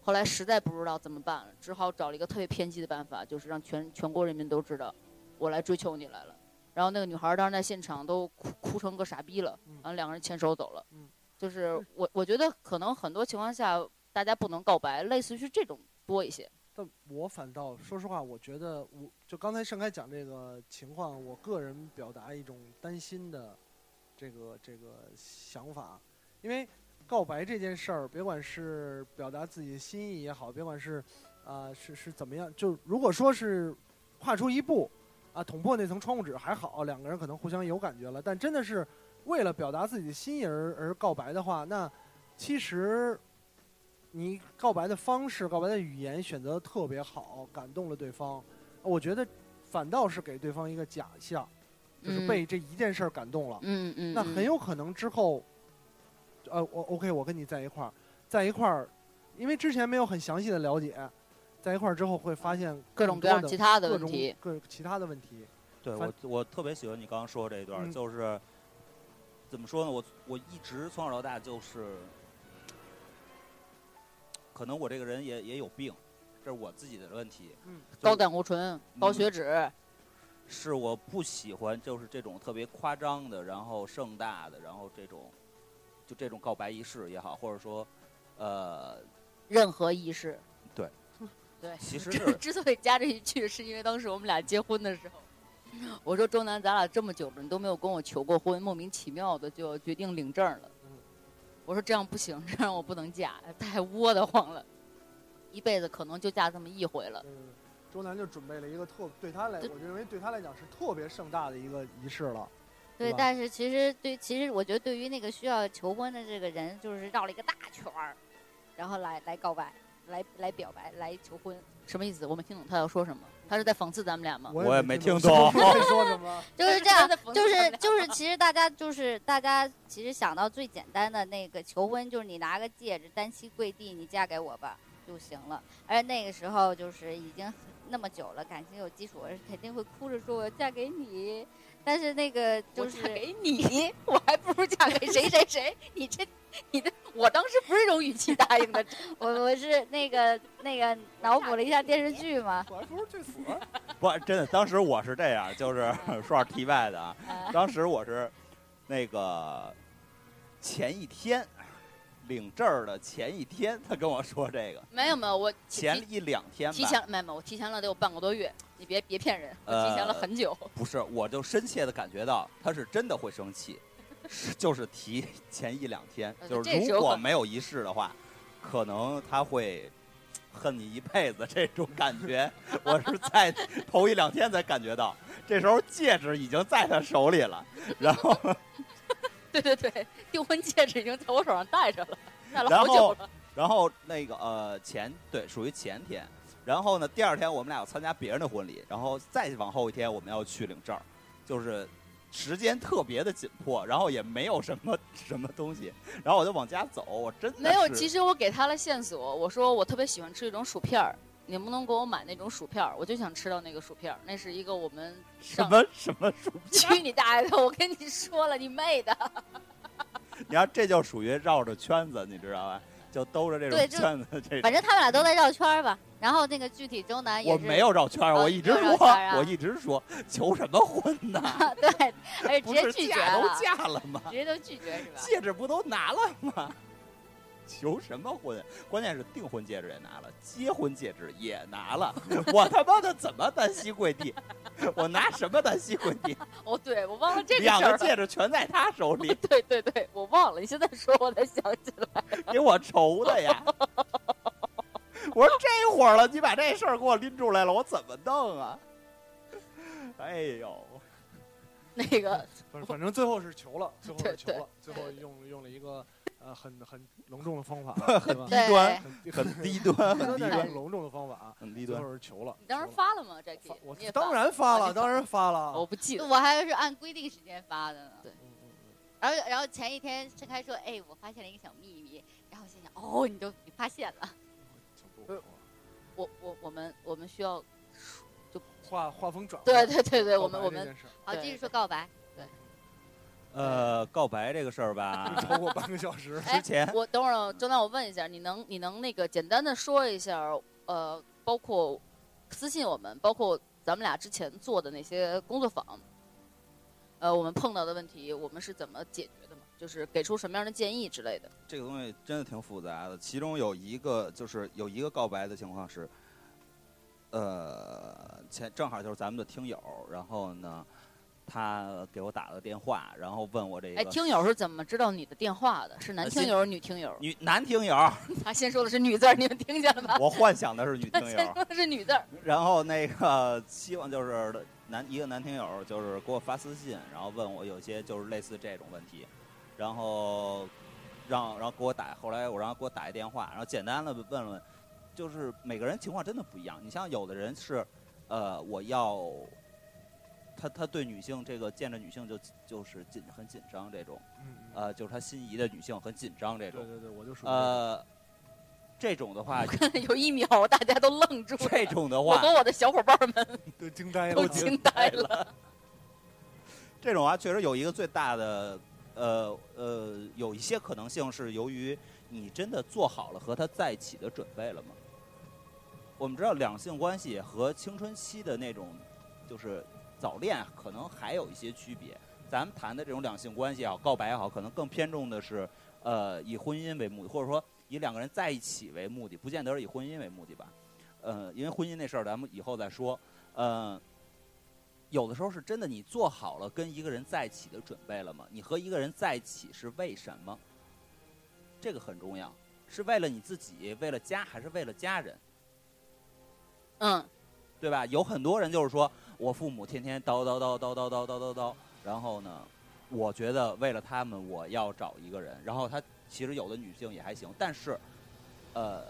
Speaker 6: 后来实在不知道怎么办了，只好找了一个特别偏激的办法，就是让全全国人民都知道，我来追求你来了。然后那个女孩当时在现场都哭哭成个傻逼了，
Speaker 5: 嗯
Speaker 6: 然后两个人牵手走了
Speaker 5: 嗯。
Speaker 6: 就是我我觉得可能很多情况下大家不能告白，类似于这种多一些。
Speaker 5: 但我反倒说实话，我觉得我就刚才盛开讲这个情况，我个人表达一种担心的这个这个想法，因为告白这件事儿，别管是表达自己的心意也好，别管是啊、是是怎么样，就如果说是跨出一步啊，捅破那层窗户纸还好，两个人可能互相有感觉了。但真的是为了表达自己的心意而而告白的话，那其实你告白的方式、告白的语言选择得特别好，感动了对方。我觉得反倒是给对方一个假象，就是
Speaker 6: 嗯
Speaker 5: 被这一件事儿感动了。
Speaker 6: 嗯嗯，
Speaker 5: 那很
Speaker 6: 嗯
Speaker 5: 有可能之后，呃，我 OK，我跟你在一块儿，在一块儿，因为之前没有很详细的了解，在一块儿之后会发现更
Speaker 6: 各种各
Speaker 5: 多
Speaker 6: 样
Speaker 5: 的
Speaker 6: 其他的
Speaker 5: 各
Speaker 6: 问
Speaker 5: 种
Speaker 6: 题。
Speaker 5: 各其他的问题。
Speaker 4: 对
Speaker 5: 反
Speaker 4: 我，我特别喜欢你刚刚说这一段儿，
Speaker 5: 嗯
Speaker 4: 就是怎么说呢？我我一直从小到大就是，可能我这个人也也有病，这是我自己的问题。
Speaker 5: 嗯
Speaker 4: 就是
Speaker 6: 高胆固醇、高
Speaker 4: 嗯
Speaker 6: 血脂，
Speaker 4: 是我不喜欢，就是这种特别夸张的，然后盛大的，然后这种就这种告白仪式也好，或者说，呃，
Speaker 6: 任何仪式。
Speaker 4: 对，
Speaker 6: 对，
Speaker 4: 其实
Speaker 6: 这
Speaker 4: 是
Speaker 6: 之所以加这一句，是因为当时我们俩结婚的时候， 我说周南，咱俩这么久了，你都没有跟我求过婚，莫名其妙的就决定领证了
Speaker 5: 嗯。
Speaker 6: 我说这样不行， 这样我不能嫁，太窝得慌了，一辈子可能就嫁这么一回了。
Speaker 5: 嗯，周南就准备了一个特对他来，
Speaker 6: 对
Speaker 5: 我认为对他来讲是特别盛大的一个仪式了。
Speaker 2: 对，
Speaker 5: 吧
Speaker 2: 但是其实对，其实我觉得对于那个需要求婚的这个人，就是绕了一个大圈儿，然后来来告白，来来表白，来求婚。
Speaker 6: 什么意思？我没听懂他要说什么，他是在讽刺咱们俩吗？
Speaker 4: 我也没
Speaker 5: 听
Speaker 4: 听懂
Speaker 5: 会说什么。
Speaker 2: 就是这
Speaker 6: 他
Speaker 2: 样
Speaker 6: 在，讽
Speaker 2: 就
Speaker 6: 刺咱
Speaker 2: 是
Speaker 6: 们俩
Speaker 2: 就是，其实大家就是大家其实想到最简单的那个求婚，就是你拿个戒指，单膝跪地，你嫁给我吧就行了。而那个时候就是已经很那么久了，感情有基础，而肯定会哭着说我要嫁给你。但是那个就
Speaker 6: 我嫁
Speaker 2: 是
Speaker 6: 给
Speaker 2: 你， 我还不如嫁给谁谁谁。你这
Speaker 6: 我当时不是这种语气答应的，
Speaker 2: 我我是那个那个脑补了一下电视剧嘛，
Speaker 5: 我还不如去死。
Speaker 4: 不，真的，当时我是这样，就是 说点题外的啊，
Speaker 2: 啊
Speaker 4: 当时我是那个前一天领证儿的前一天，他跟我说这个，
Speaker 6: 没有没有，我
Speaker 4: 前
Speaker 6: 提
Speaker 4: 一两天吧，
Speaker 6: 提前没有没有，我提前了得有半个多月，你别别骗人，我提前了
Speaker 4: 呃
Speaker 6: 很久。
Speaker 4: 不是，我就深切的感觉到他是真的会生 气，是就是提前一两天
Speaker 6: 呃，
Speaker 4: 就是
Speaker 6: 这是有
Speaker 4: 如
Speaker 6: 可
Speaker 4: 果
Speaker 6: 能
Speaker 4: 没有仪式的话，可能他会恨你一辈子这种感 觉。我是在头一两天才感觉到，这时候戒指已经在他手里了，然后
Speaker 6: 对对对，订婚戒指已经在我手上戴着 了，戴了
Speaker 4: 然
Speaker 6: 好久
Speaker 4: 后
Speaker 6: 了。
Speaker 4: 然后那个呃前对属于前天，然后呢第二天我们俩要参加别人的婚礼，然后再往后一天我们要去领证儿，就是时间特别的紧迫，然后也没有什么什么东西， 然后我就往家走，我真的
Speaker 6: 没有，
Speaker 4: 是
Speaker 6: 其实我给他了线索，我说我特别喜欢吃一种薯片儿，你能不能给我买那种薯片儿？我就想吃到那个薯片儿，那是一个我们
Speaker 4: 什
Speaker 6: 上。
Speaker 4: 么什么属，
Speaker 6: 去你大爷的！我跟你说了，你妹的！
Speaker 4: 你看这就属于绕着圈子，你知道吧？就兜着这种
Speaker 2: 对就
Speaker 4: 圈子这种
Speaker 2: 反。正他们俩都在绕圈儿吧。然后那个具体周南也
Speaker 4: 我
Speaker 2: 是
Speaker 4: 没有绕圈儿，
Speaker 2: 哦
Speaker 4: 我
Speaker 2: 你
Speaker 4: 一直
Speaker 2: 没有绕
Speaker 4: 说，
Speaker 2: 圈儿啊
Speaker 4: 我一直说，求什么婚呢？
Speaker 2: 对，而且直
Speaker 4: 不
Speaker 2: 接
Speaker 4: 是
Speaker 2: 拒绝
Speaker 4: 嫁都
Speaker 2: 了，
Speaker 4: 嫁了吗？
Speaker 2: 直接都拒绝是吧？
Speaker 4: 戒指不都拿了吗？求什么婚？关键是订婚戒指也拿了，结婚戒指也拿了， 我他妈的怎么单膝跪地？ 我拿什么单膝跪 地？
Speaker 6: 哦，对，我忘了这个事
Speaker 4: 两
Speaker 6: 儿
Speaker 4: 个
Speaker 6: 了。
Speaker 4: 戒指全在他手里，
Speaker 6: 对对对，我忘了，你现在说我才想起来。
Speaker 4: 给我愁的呀！ 我说这会儿了，你把这事儿给我拎出来了，我怎么弄啊？哎呦，
Speaker 6: 那个，
Speaker 5: 反反正最后是求了，最后
Speaker 6: 对
Speaker 5: 是求
Speaker 6: 对
Speaker 5: 了，最后用用了一个呃很很隆重的方法，对吧？
Speaker 4: 低
Speaker 2: 对
Speaker 4: 端，很低端，很
Speaker 5: 很
Speaker 4: 低
Speaker 5: 低
Speaker 4: 端，
Speaker 5: 很隆重的方法，
Speaker 4: 很低
Speaker 5: 最
Speaker 4: 端。
Speaker 5: 后是求了。
Speaker 6: 你当时
Speaker 5: 求了
Speaker 6: 发了吗
Speaker 5: 发
Speaker 6: ，Jackie？
Speaker 5: 我
Speaker 6: 你也
Speaker 5: 当，然发
Speaker 6: 啊
Speaker 5: 了，
Speaker 6: 你
Speaker 5: 当然发
Speaker 6: 我
Speaker 5: 了。
Speaker 6: 不记得。
Speaker 2: 我还是按规定时间发的呢。
Speaker 5: 嗯嗯嗯
Speaker 2: 然后然后前一天盛开说，哎，我发现了一个小秘密。然后我心想，哦，你都你发现了，
Speaker 5: 呃
Speaker 6: 我我我们我们需要，
Speaker 5: 画画风转换
Speaker 6: 对对对对，
Speaker 5: 告
Speaker 6: 我们
Speaker 5: 白
Speaker 6: 我
Speaker 5: 这
Speaker 6: 们
Speaker 5: 件事儿
Speaker 2: 好，
Speaker 6: 对
Speaker 2: 继续说告白。
Speaker 4: 呃，告白这个事儿 吧，
Speaker 5: 超过半个小时
Speaker 6: 哎
Speaker 4: 之前
Speaker 6: 我等会儿周楠，我问一下，你能你能那个简单的说一下，呃，包括私信我们，包括咱们俩之前做的那些工作坊，呃，我们碰到的问题，我们是怎么解决的吗？就是给出什么样的建议之类的。
Speaker 4: 这个东西真的挺复杂的，其中有一个就是有一个告白的情况是，呃，前正好就是咱们的听友，然后呢，他给我打了个电话，然后问我这个
Speaker 6: 哎，听友是怎么知道你的电话的？是男
Speaker 4: 呃
Speaker 6: 听
Speaker 4: 先
Speaker 6: 友、女听友？
Speaker 4: 女男听 友，
Speaker 6: 他先说的是女字儿，你们听见了吧？
Speaker 4: 我幻想的是女
Speaker 6: 他
Speaker 4: 听
Speaker 6: 先
Speaker 4: 友，
Speaker 6: 说的 是女字儿，
Speaker 4: 然后那个希望就是男一个男听友就是给我发私信，然后问我有些就是类似这种问题，然后让然后给我打，后来我让他给我打一电话，然后简单的问了问，就是每个人情况真的不一样。你像有的人是，呃，我要他他对女性这个见着女性就就是紧很紧张这种，
Speaker 5: 嗯，嗯
Speaker 4: 呃，就是他心仪的女性很紧张这
Speaker 5: 对
Speaker 4: 种，
Speaker 5: 对对，我就属于
Speaker 4: 呃，这种的话，
Speaker 6: 有一秒大家都愣住了。
Speaker 4: 这种的
Speaker 6: 我
Speaker 4: 话哎
Speaker 6: 和。我的小伙伴们
Speaker 5: 都惊呆了，
Speaker 6: 都惊呆了。
Speaker 4: 这种啊，确实有一个最大的，呃呃，有一些可能性是由于你真的做好了和他在一起的准备了吗？我们知道两性关系和青春期的那种，就是早恋可能还有一些区别。咱们谈的这种两性关系也好，告白也好，可能更偏重的是，呃，以婚姻为目的，或者说以两个人在一起为目的，不见得是以婚姻为目的吧。呃，因为婚姻那事儿咱们以后再说。呃，有的时候是真的，你做好了跟一个人在一起的准备了吗？你和一个人在一起是为什么？这个很重要，是为了你自己，为了家，还是为了家人？
Speaker 6: 嗯，
Speaker 4: 对吧？有很多人就是说我父母天天叨叨叨叨叨叨叨叨叨，然后呢，我觉得为了他们，我要找一个人。然后他其实有的女性也还行，但是，呃，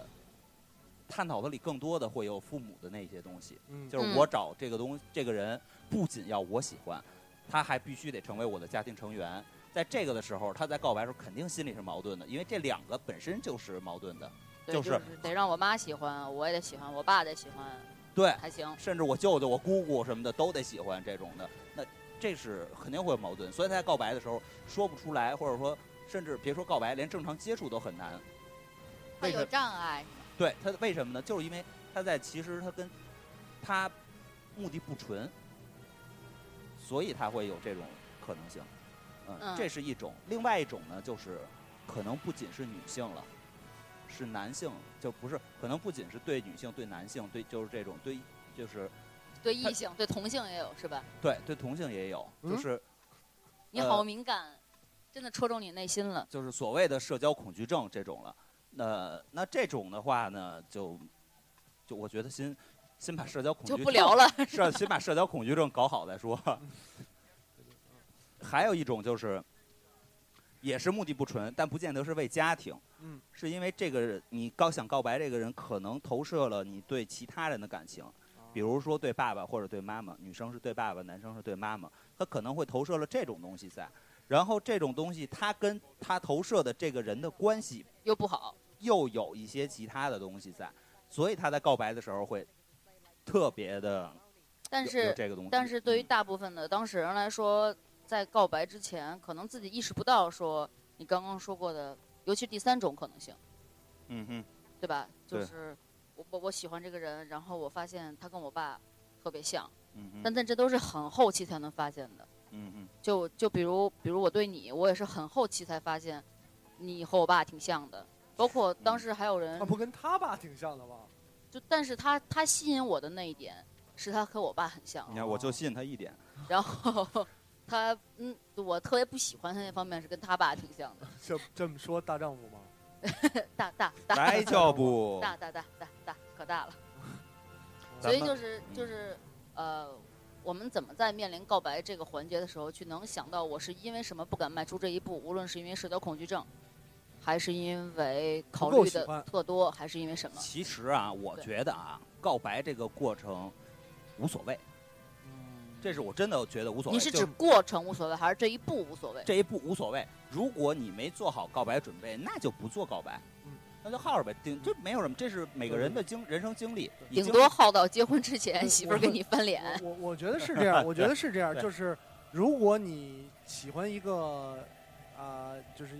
Speaker 4: 探讨的里更多的会有父母的那些东西，
Speaker 5: 嗯，
Speaker 4: 就是我找这个东这个人，不仅要我喜欢，他还必须得成为我的家庭成员。在这个的时候，他在告白的时候肯定心里是矛盾的，因为这两个本身就是矛盾的。
Speaker 6: 对，
Speaker 4: 就
Speaker 6: 就是得让我妈喜欢，我也得喜欢，我爸得喜欢，
Speaker 4: 对，
Speaker 6: 还行。
Speaker 4: 甚至我舅舅、我姑姑什么的都得喜欢这种的，那这是肯定会有矛盾，所以他在告白的时候说不出来，或者说甚至别说告白，连正常接触都很难。
Speaker 2: 他
Speaker 4: 为什
Speaker 2: 有
Speaker 4: 么？
Speaker 2: 障碍，
Speaker 4: 对他为什么呢？就是因为他在其实他跟他目的不纯，所以他会有这种可能性。嗯，
Speaker 6: 嗯
Speaker 4: 这是一种。另外一种呢，就是可能不仅是女性了，是男性，就不是可能不仅是对女性、对男性、对就是这种对就是
Speaker 6: 对异性、对同性也有是吧？
Speaker 4: 对对同性也有，就
Speaker 5: 嗯
Speaker 4: 是
Speaker 6: 你
Speaker 4: 呃
Speaker 6: 好敏感，真的戳中你内心了。
Speaker 4: 就是所谓的社交恐惧症这种了。那那这种的话呢，就就我觉得先先把社交恐惧
Speaker 6: 就
Speaker 4: 症
Speaker 6: 不聊，了，
Speaker 4: 社先把社交恐惧症搞好再说。 还有一种就是，也是目的不纯，但不见得是为家庭，
Speaker 5: 嗯，
Speaker 4: 是因为这个你高想告白这个人，可能投射了你对其他人的感情，
Speaker 5: 嗯
Speaker 4: 比如说对爸爸或者对妈妈，女生是对爸爸，男生是对妈妈，他可能会投射了这种东西在，然后这种东西他跟他投射的这个人的关系
Speaker 6: 又不 好。
Speaker 4: 又有一些其他的东西在，所以他在告白的时候会特别的
Speaker 6: 但
Speaker 4: 有
Speaker 6: 是
Speaker 4: 有这个东西，
Speaker 6: 但是对于
Speaker 4: 嗯
Speaker 6: 大部分的当事人来说，在告白之前，可能自己意识不到说你刚刚说过的，尤其第三种可能性，
Speaker 4: 嗯哼。
Speaker 6: 对吧？就
Speaker 4: 对
Speaker 6: 是我我我喜欢这个人，然后我发现他跟我爸特别像，
Speaker 4: 嗯哼
Speaker 6: 但但这都是很后期才能发现的。
Speaker 4: 嗯嗯，
Speaker 6: 就就比如比如我对你，我也是很后期才发现，你和我爸挺像的。包括当时还有人
Speaker 5: 他啊不跟他爸挺像的吧？
Speaker 6: 就，但是他他吸引我的那一点是他和我爸很像，
Speaker 4: 你看，我就信他 一点，
Speaker 6: 然 后他嗯，我特别不喜欢他那方面是跟他爸挺像的，
Speaker 5: 这这么说大丈夫吗？
Speaker 6: 大大大
Speaker 4: 来就不，
Speaker 6: 大大大大大可大了，
Speaker 4: 咱
Speaker 6: 所以
Speaker 4: 们
Speaker 6: 就是就是呃，我们怎么在面临告白这个环节的时候，去能想到我是因为什么不敢迈出这一步，无论是因为社交恐惧症，还是因为考
Speaker 5: 不够
Speaker 6: 虑
Speaker 5: 喜
Speaker 6: 的
Speaker 5: 欢
Speaker 6: 特多，还是因为什么？
Speaker 4: 其实啊，我觉得啊，告白这个过程无所谓，
Speaker 5: 嗯，
Speaker 4: 这是我真的觉得无所谓。
Speaker 6: 你是
Speaker 4: 就
Speaker 6: 指过程无所谓，还是这一步无所谓？
Speaker 4: 这一步无所谓？如果你没做好告白准备，那就不做告白
Speaker 5: 嗯，
Speaker 4: 那就耗着呗，顶这没有什么，这是每个人的经人生经历，你
Speaker 6: 顶
Speaker 4: 经
Speaker 6: 多耗到结婚之前，
Speaker 5: 对
Speaker 6: 媳妇儿给你翻脸。
Speaker 5: 嗯 我我我觉得是这样，我觉得是这样，
Speaker 4: 对
Speaker 5: 就是如果你喜欢一个啊、就是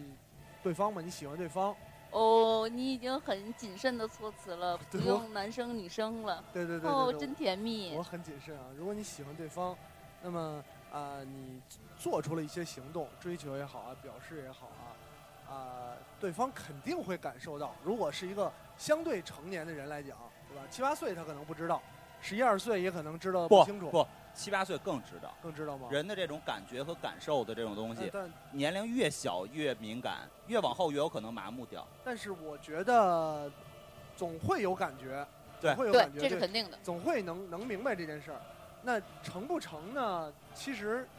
Speaker 5: 对方嘛，你喜欢对方，
Speaker 6: 哦，你已经很谨慎的措辞了，不
Speaker 5: 对我
Speaker 6: 用男生女生了。
Speaker 5: 对对对
Speaker 6: 哦，
Speaker 5: 对对
Speaker 6: 真甜蜜
Speaker 5: 我。很谨慎啊。如果你喜欢对方，那么啊、你做出了一些行动，追求也好啊，表示也好啊，啊、对方肯定会感受到。如果是一个相对成年的人来讲，对吧？七八岁他可能不知道，十一二岁也可能知道
Speaker 4: 不
Speaker 5: 清楚。
Speaker 4: 不，七八岁更知道
Speaker 5: 更知
Speaker 6: 哦
Speaker 5: 道吗？
Speaker 4: 人的这种感觉和感受的这种东
Speaker 6: 哎
Speaker 5: 呃
Speaker 4: 西，
Speaker 5: 但
Speaker 4: 年龄越小越敏感，越往后越有可能麻木掉。
Speaker 5: 但是我觉得总会有感觉，
Speaker 4: 对
Speaker 5: 总会有
Speaker 6: 对
Speaker 5: 感，觉，
Speaker 6: 这是肯定的。
Speaker 5: 总会能能明白这件事儿。那成不成呢？其实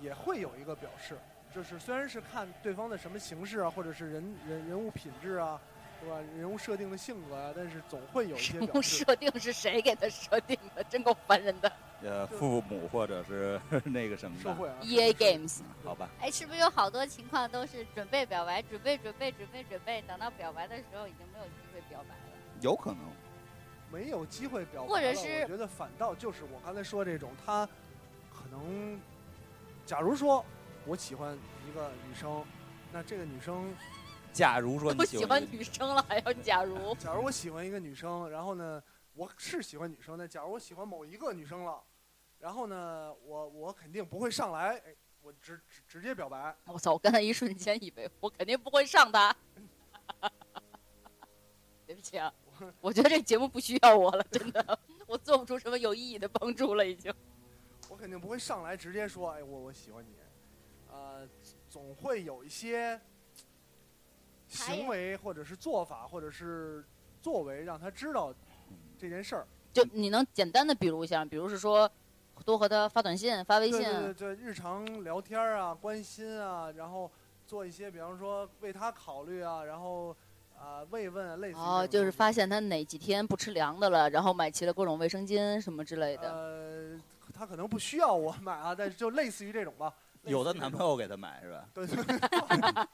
Speaker 5: 也会有一个表示，就是虽然是看对方的什么形式啊，或者是人人人物品质啊，对吧？人物设定的性格啊，但是总会有一些表示。
Speaker 6: 设定 是谁给他设定的？真够烦人的。
Speaker 4: 呃，父母或者是 那个什么
Speaker 5: 社
Speaker 4: 的，
Speaker 5: 会啊
Speaker 6: E A Games，
Speaker 4: 好吧，
Speaker 2: 哎，是不是有好多情况都是准备表白，准备准备准备准备，等到表白的时候已经没有机会表白了？
Speaker 4: 有可能。
Speaker 5: 没有机会表白了，
Speaker 2: 或者是
Speaker 5: 我觉得反倒就是我刚才说这种，他可能，假如说我喜欢一个女生，那这个女生，
Speaker 4: 假如说
Speaker 6: 都
Speaker 4: 你喜
Speaker 6: 喜
Speaker 4: 欢
Speaker 6: 欢
Speaker 4: 一个
Speaker 6: 女生了还要假如？
Speaker 5: 假如我喜欢一个女生，然后呢，我是喜欢女生的，假如我喜欢某一个女生了，然后呢，我我肯定不会上来，哎我直直直接表白，
Speaker 6: 我操！我刚才一瞬间以为我肯定不会上他。 对不起啊，我觉得这节目不需要我了，真的， 我做不出什么有意义的帮助了，已经。
Speaker 5: 我肯定不会上来直接说，哎，我我喜欢你，呃，总会有一些
Speaker 2: 他也
Speaker 5: 行为或者是做法或者是作为让他知道这件事儿。
Speaker 6: 就你能简单的比如一下，比如是说，多和他发短信、发微
Speaker 5: 对
Speaker 6: 信，
Speaker 5: 对对对，日常聊天儿啊，关心啊，然后做一些，比方说为他考虑啊，然后啊、慰问啊，类似于
Speaker 6: 哦，
Speaker 5: 这
Speaker 6: 就
Speaker 5: 种
Speaker 6: 是
Speaker 5: 东
Speaker 6: 发现他哪几天不吃凉的了，然后买齐了各种卫生巾什么之类
Speaker 5: 西
Speaker 6: 的。
Speaker 5: 呃，他可能不需要我买啊，但是就类似于这种吧。类
Speaker 4: 有的
Speaker 5: 似于这
Speaker 4: 男
Speaker 5: 种
Speaker 4: 朋友给她买是吧？
Speaker 5: 对对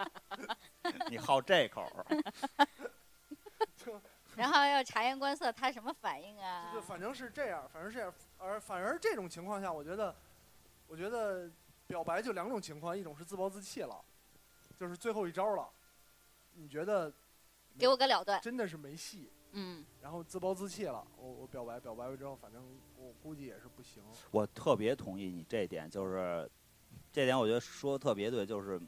Speaker 4: 你好这口儿，
Speaker 2: 然后要察言观色，他什么反应啊？
Speaker 5: 就反正是这样，反正是这样，而反而这种情况下，我觉得，我觉得表白就两种情况，一种是自暴自弃了，就是最后一招了，你觉得
Speaker 2: 给我个了断。
Speaker 5: 真的是没戏，
Speaker 6: 嗯，
Speaker 5: 然后自暴自弃了，我我表白表白完之后，反正我估计也是不行，
Speaker 4: 我特别同意你这一点，就是这点我觉得说的特别对，就是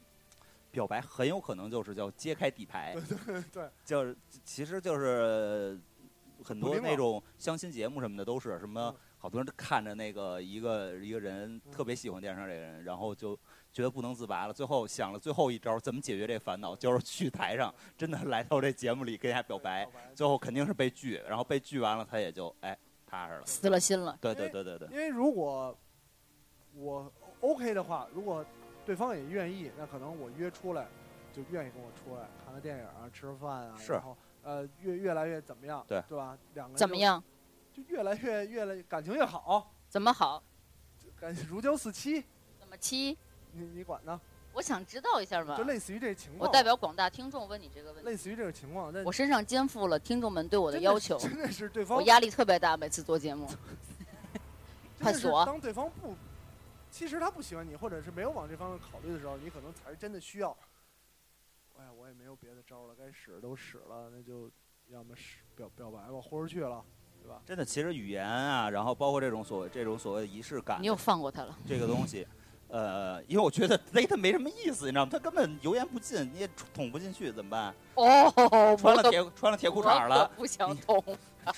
Speaker 4: 表白很有可能就是叫揭开底牌，
Speaker 5: 对，
Speaker 4: 就是其实就是很
Speaker 5: 补
Speaker 4: 多
Speaker 5: 丁了
Speaker 4: 那种相亲节目什么的都是什么
Speaker 5: 嗯，
Speaker 4: 好多人看着那个一个一个人
Speaker 5: 嗯
Speaker 4: 特别喜欢电视上这个人，然后就觉得不能自拔了，最后想了最后一招怎么解决这烦恼，就是去台上真的来到这节目里跟人家表白
Speaker 5: 表，
Speaker 4: 最后肯定是被拒，然后被拒完了他也就哎踏实了，
Speaker 6: 死了心了。
Speaker 4: 对对对对对。
Speaker 5: 因为如果我 OK 的话，如果对方也愿意，那可能我约出来就愿意跟我出来看个电影啊，吃个饭啊，
Speaker 4: 是
Speaker 5: 然后呃越越来越怎么样，
Speaker 4: 对
Speaker 5: 对吧？两个人
Speaker 6: 怎么
Speaker 5: 就
Speaker 6: 样？
Speaker 5: 就越来越越来感情越好，
Speaker 6: 怎么好？
Speaker 5: 感如胶似漆，
Speaker 6: 怎么七？
Speaker 5: 你你管呢？
Speaker 6: 我想知道一下嘛
Speaker 5: 就。类似于这情
Speaker 6: 啊我
Speaker 5: 况，
Speaker 6: 代表广大听众问你这个问题。
Speaker 5: 类似于这个情况，但
Speaker 6: 我身上肩负了听众们对我
Speaker 5: 真
Speaker 6: 的
Speaker 5: 的
Speaker 6: 要
Speaker 5: 是
Speaker 6: 求，
Speaker 5: 真的是对方
Speaker 6: 我压力特别大。每次做节目，
Speaker 5: 真的
Speaker 6: 探
Speaker 5: 是
Speaker 6: 索
Speaker 5: 当对方不，其实他不喜欢你，或者是没有往这方面考虑的时候，你可能才是真的需要。哎呀，我也没有别的招儿了，该使都使了，那就要么使表表白吧，豁出去了，对吧？
Speaker 4: 真的，其实语言啊，然后包括这种所谓这种所谓的仪式感
Speaker 6: 你，又放过他 了。
Speaker 4: 这个东西，呃，因为我觉得勒他没什么意思，你知道吗？他根本油盐不进，你也捅不进去，怎么办？
Speaker 6: 哦，我
Speaker 4: 穿了
Speaker 6: 可
Speaker 4: 铁穿了铁裤衩
Speaker 6: 我
Speaker 4: 了
Speaker 6: 可，不想
Speaker 4: 你
Speaker 6: 捅他，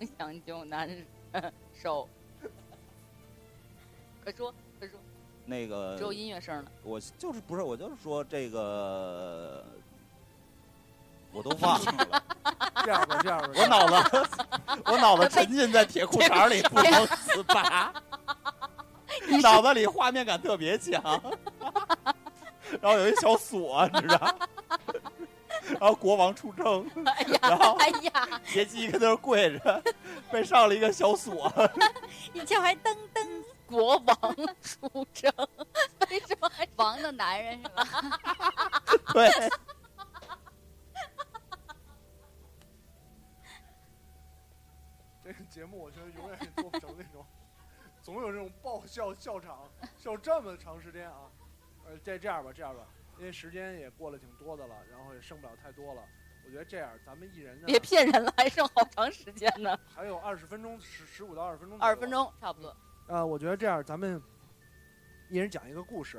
Speaker 6: 不 想就难受。快说，快说，
Speaker 4: 那个
Speaker 6: 只有音乐声了。
Speaker 4: 我就是不是我就是说这个，我都忘了，
Speaker 5: 这样吧，这样吧，
Speaker 4: 我脑子我脑子沉浸在铁裤衩里不能自 拔，脑子里画面感特别强，然后有一小锁，你知道，然后国王出征。
Speaker 6: 哎呀，
Speaker 4: 然后
Speaker 6: 哎呀，
Speaker 4: 杰基跟那儿跪着，被上了一个小锁。
Speaker 2: 以前还噔噔
Speaker 6: 国王出征，为什么还
Speaker 5: 哎
Speaker 2: 王的男人是吧？
Speaker 4: 对，
Speaker 5: 这个节目我觉得永远也做不成那种，总有这种爆笑笑场，笑这么长时间啊。呃，这这样吧，这样吧，因为时间也过了挺多的了，然后也剩不了太多了。我觉得这样，咱们一人呢
Speaker 6: 别骗人了，还剩好长时间呢，
Speaker 5: 还有二十分钟，十十五到二十分钟，啊
Speaker 6: 二十分。钟差不多。
Speaker 5: 呃，我觉得这样，咱们一人讲一个故事，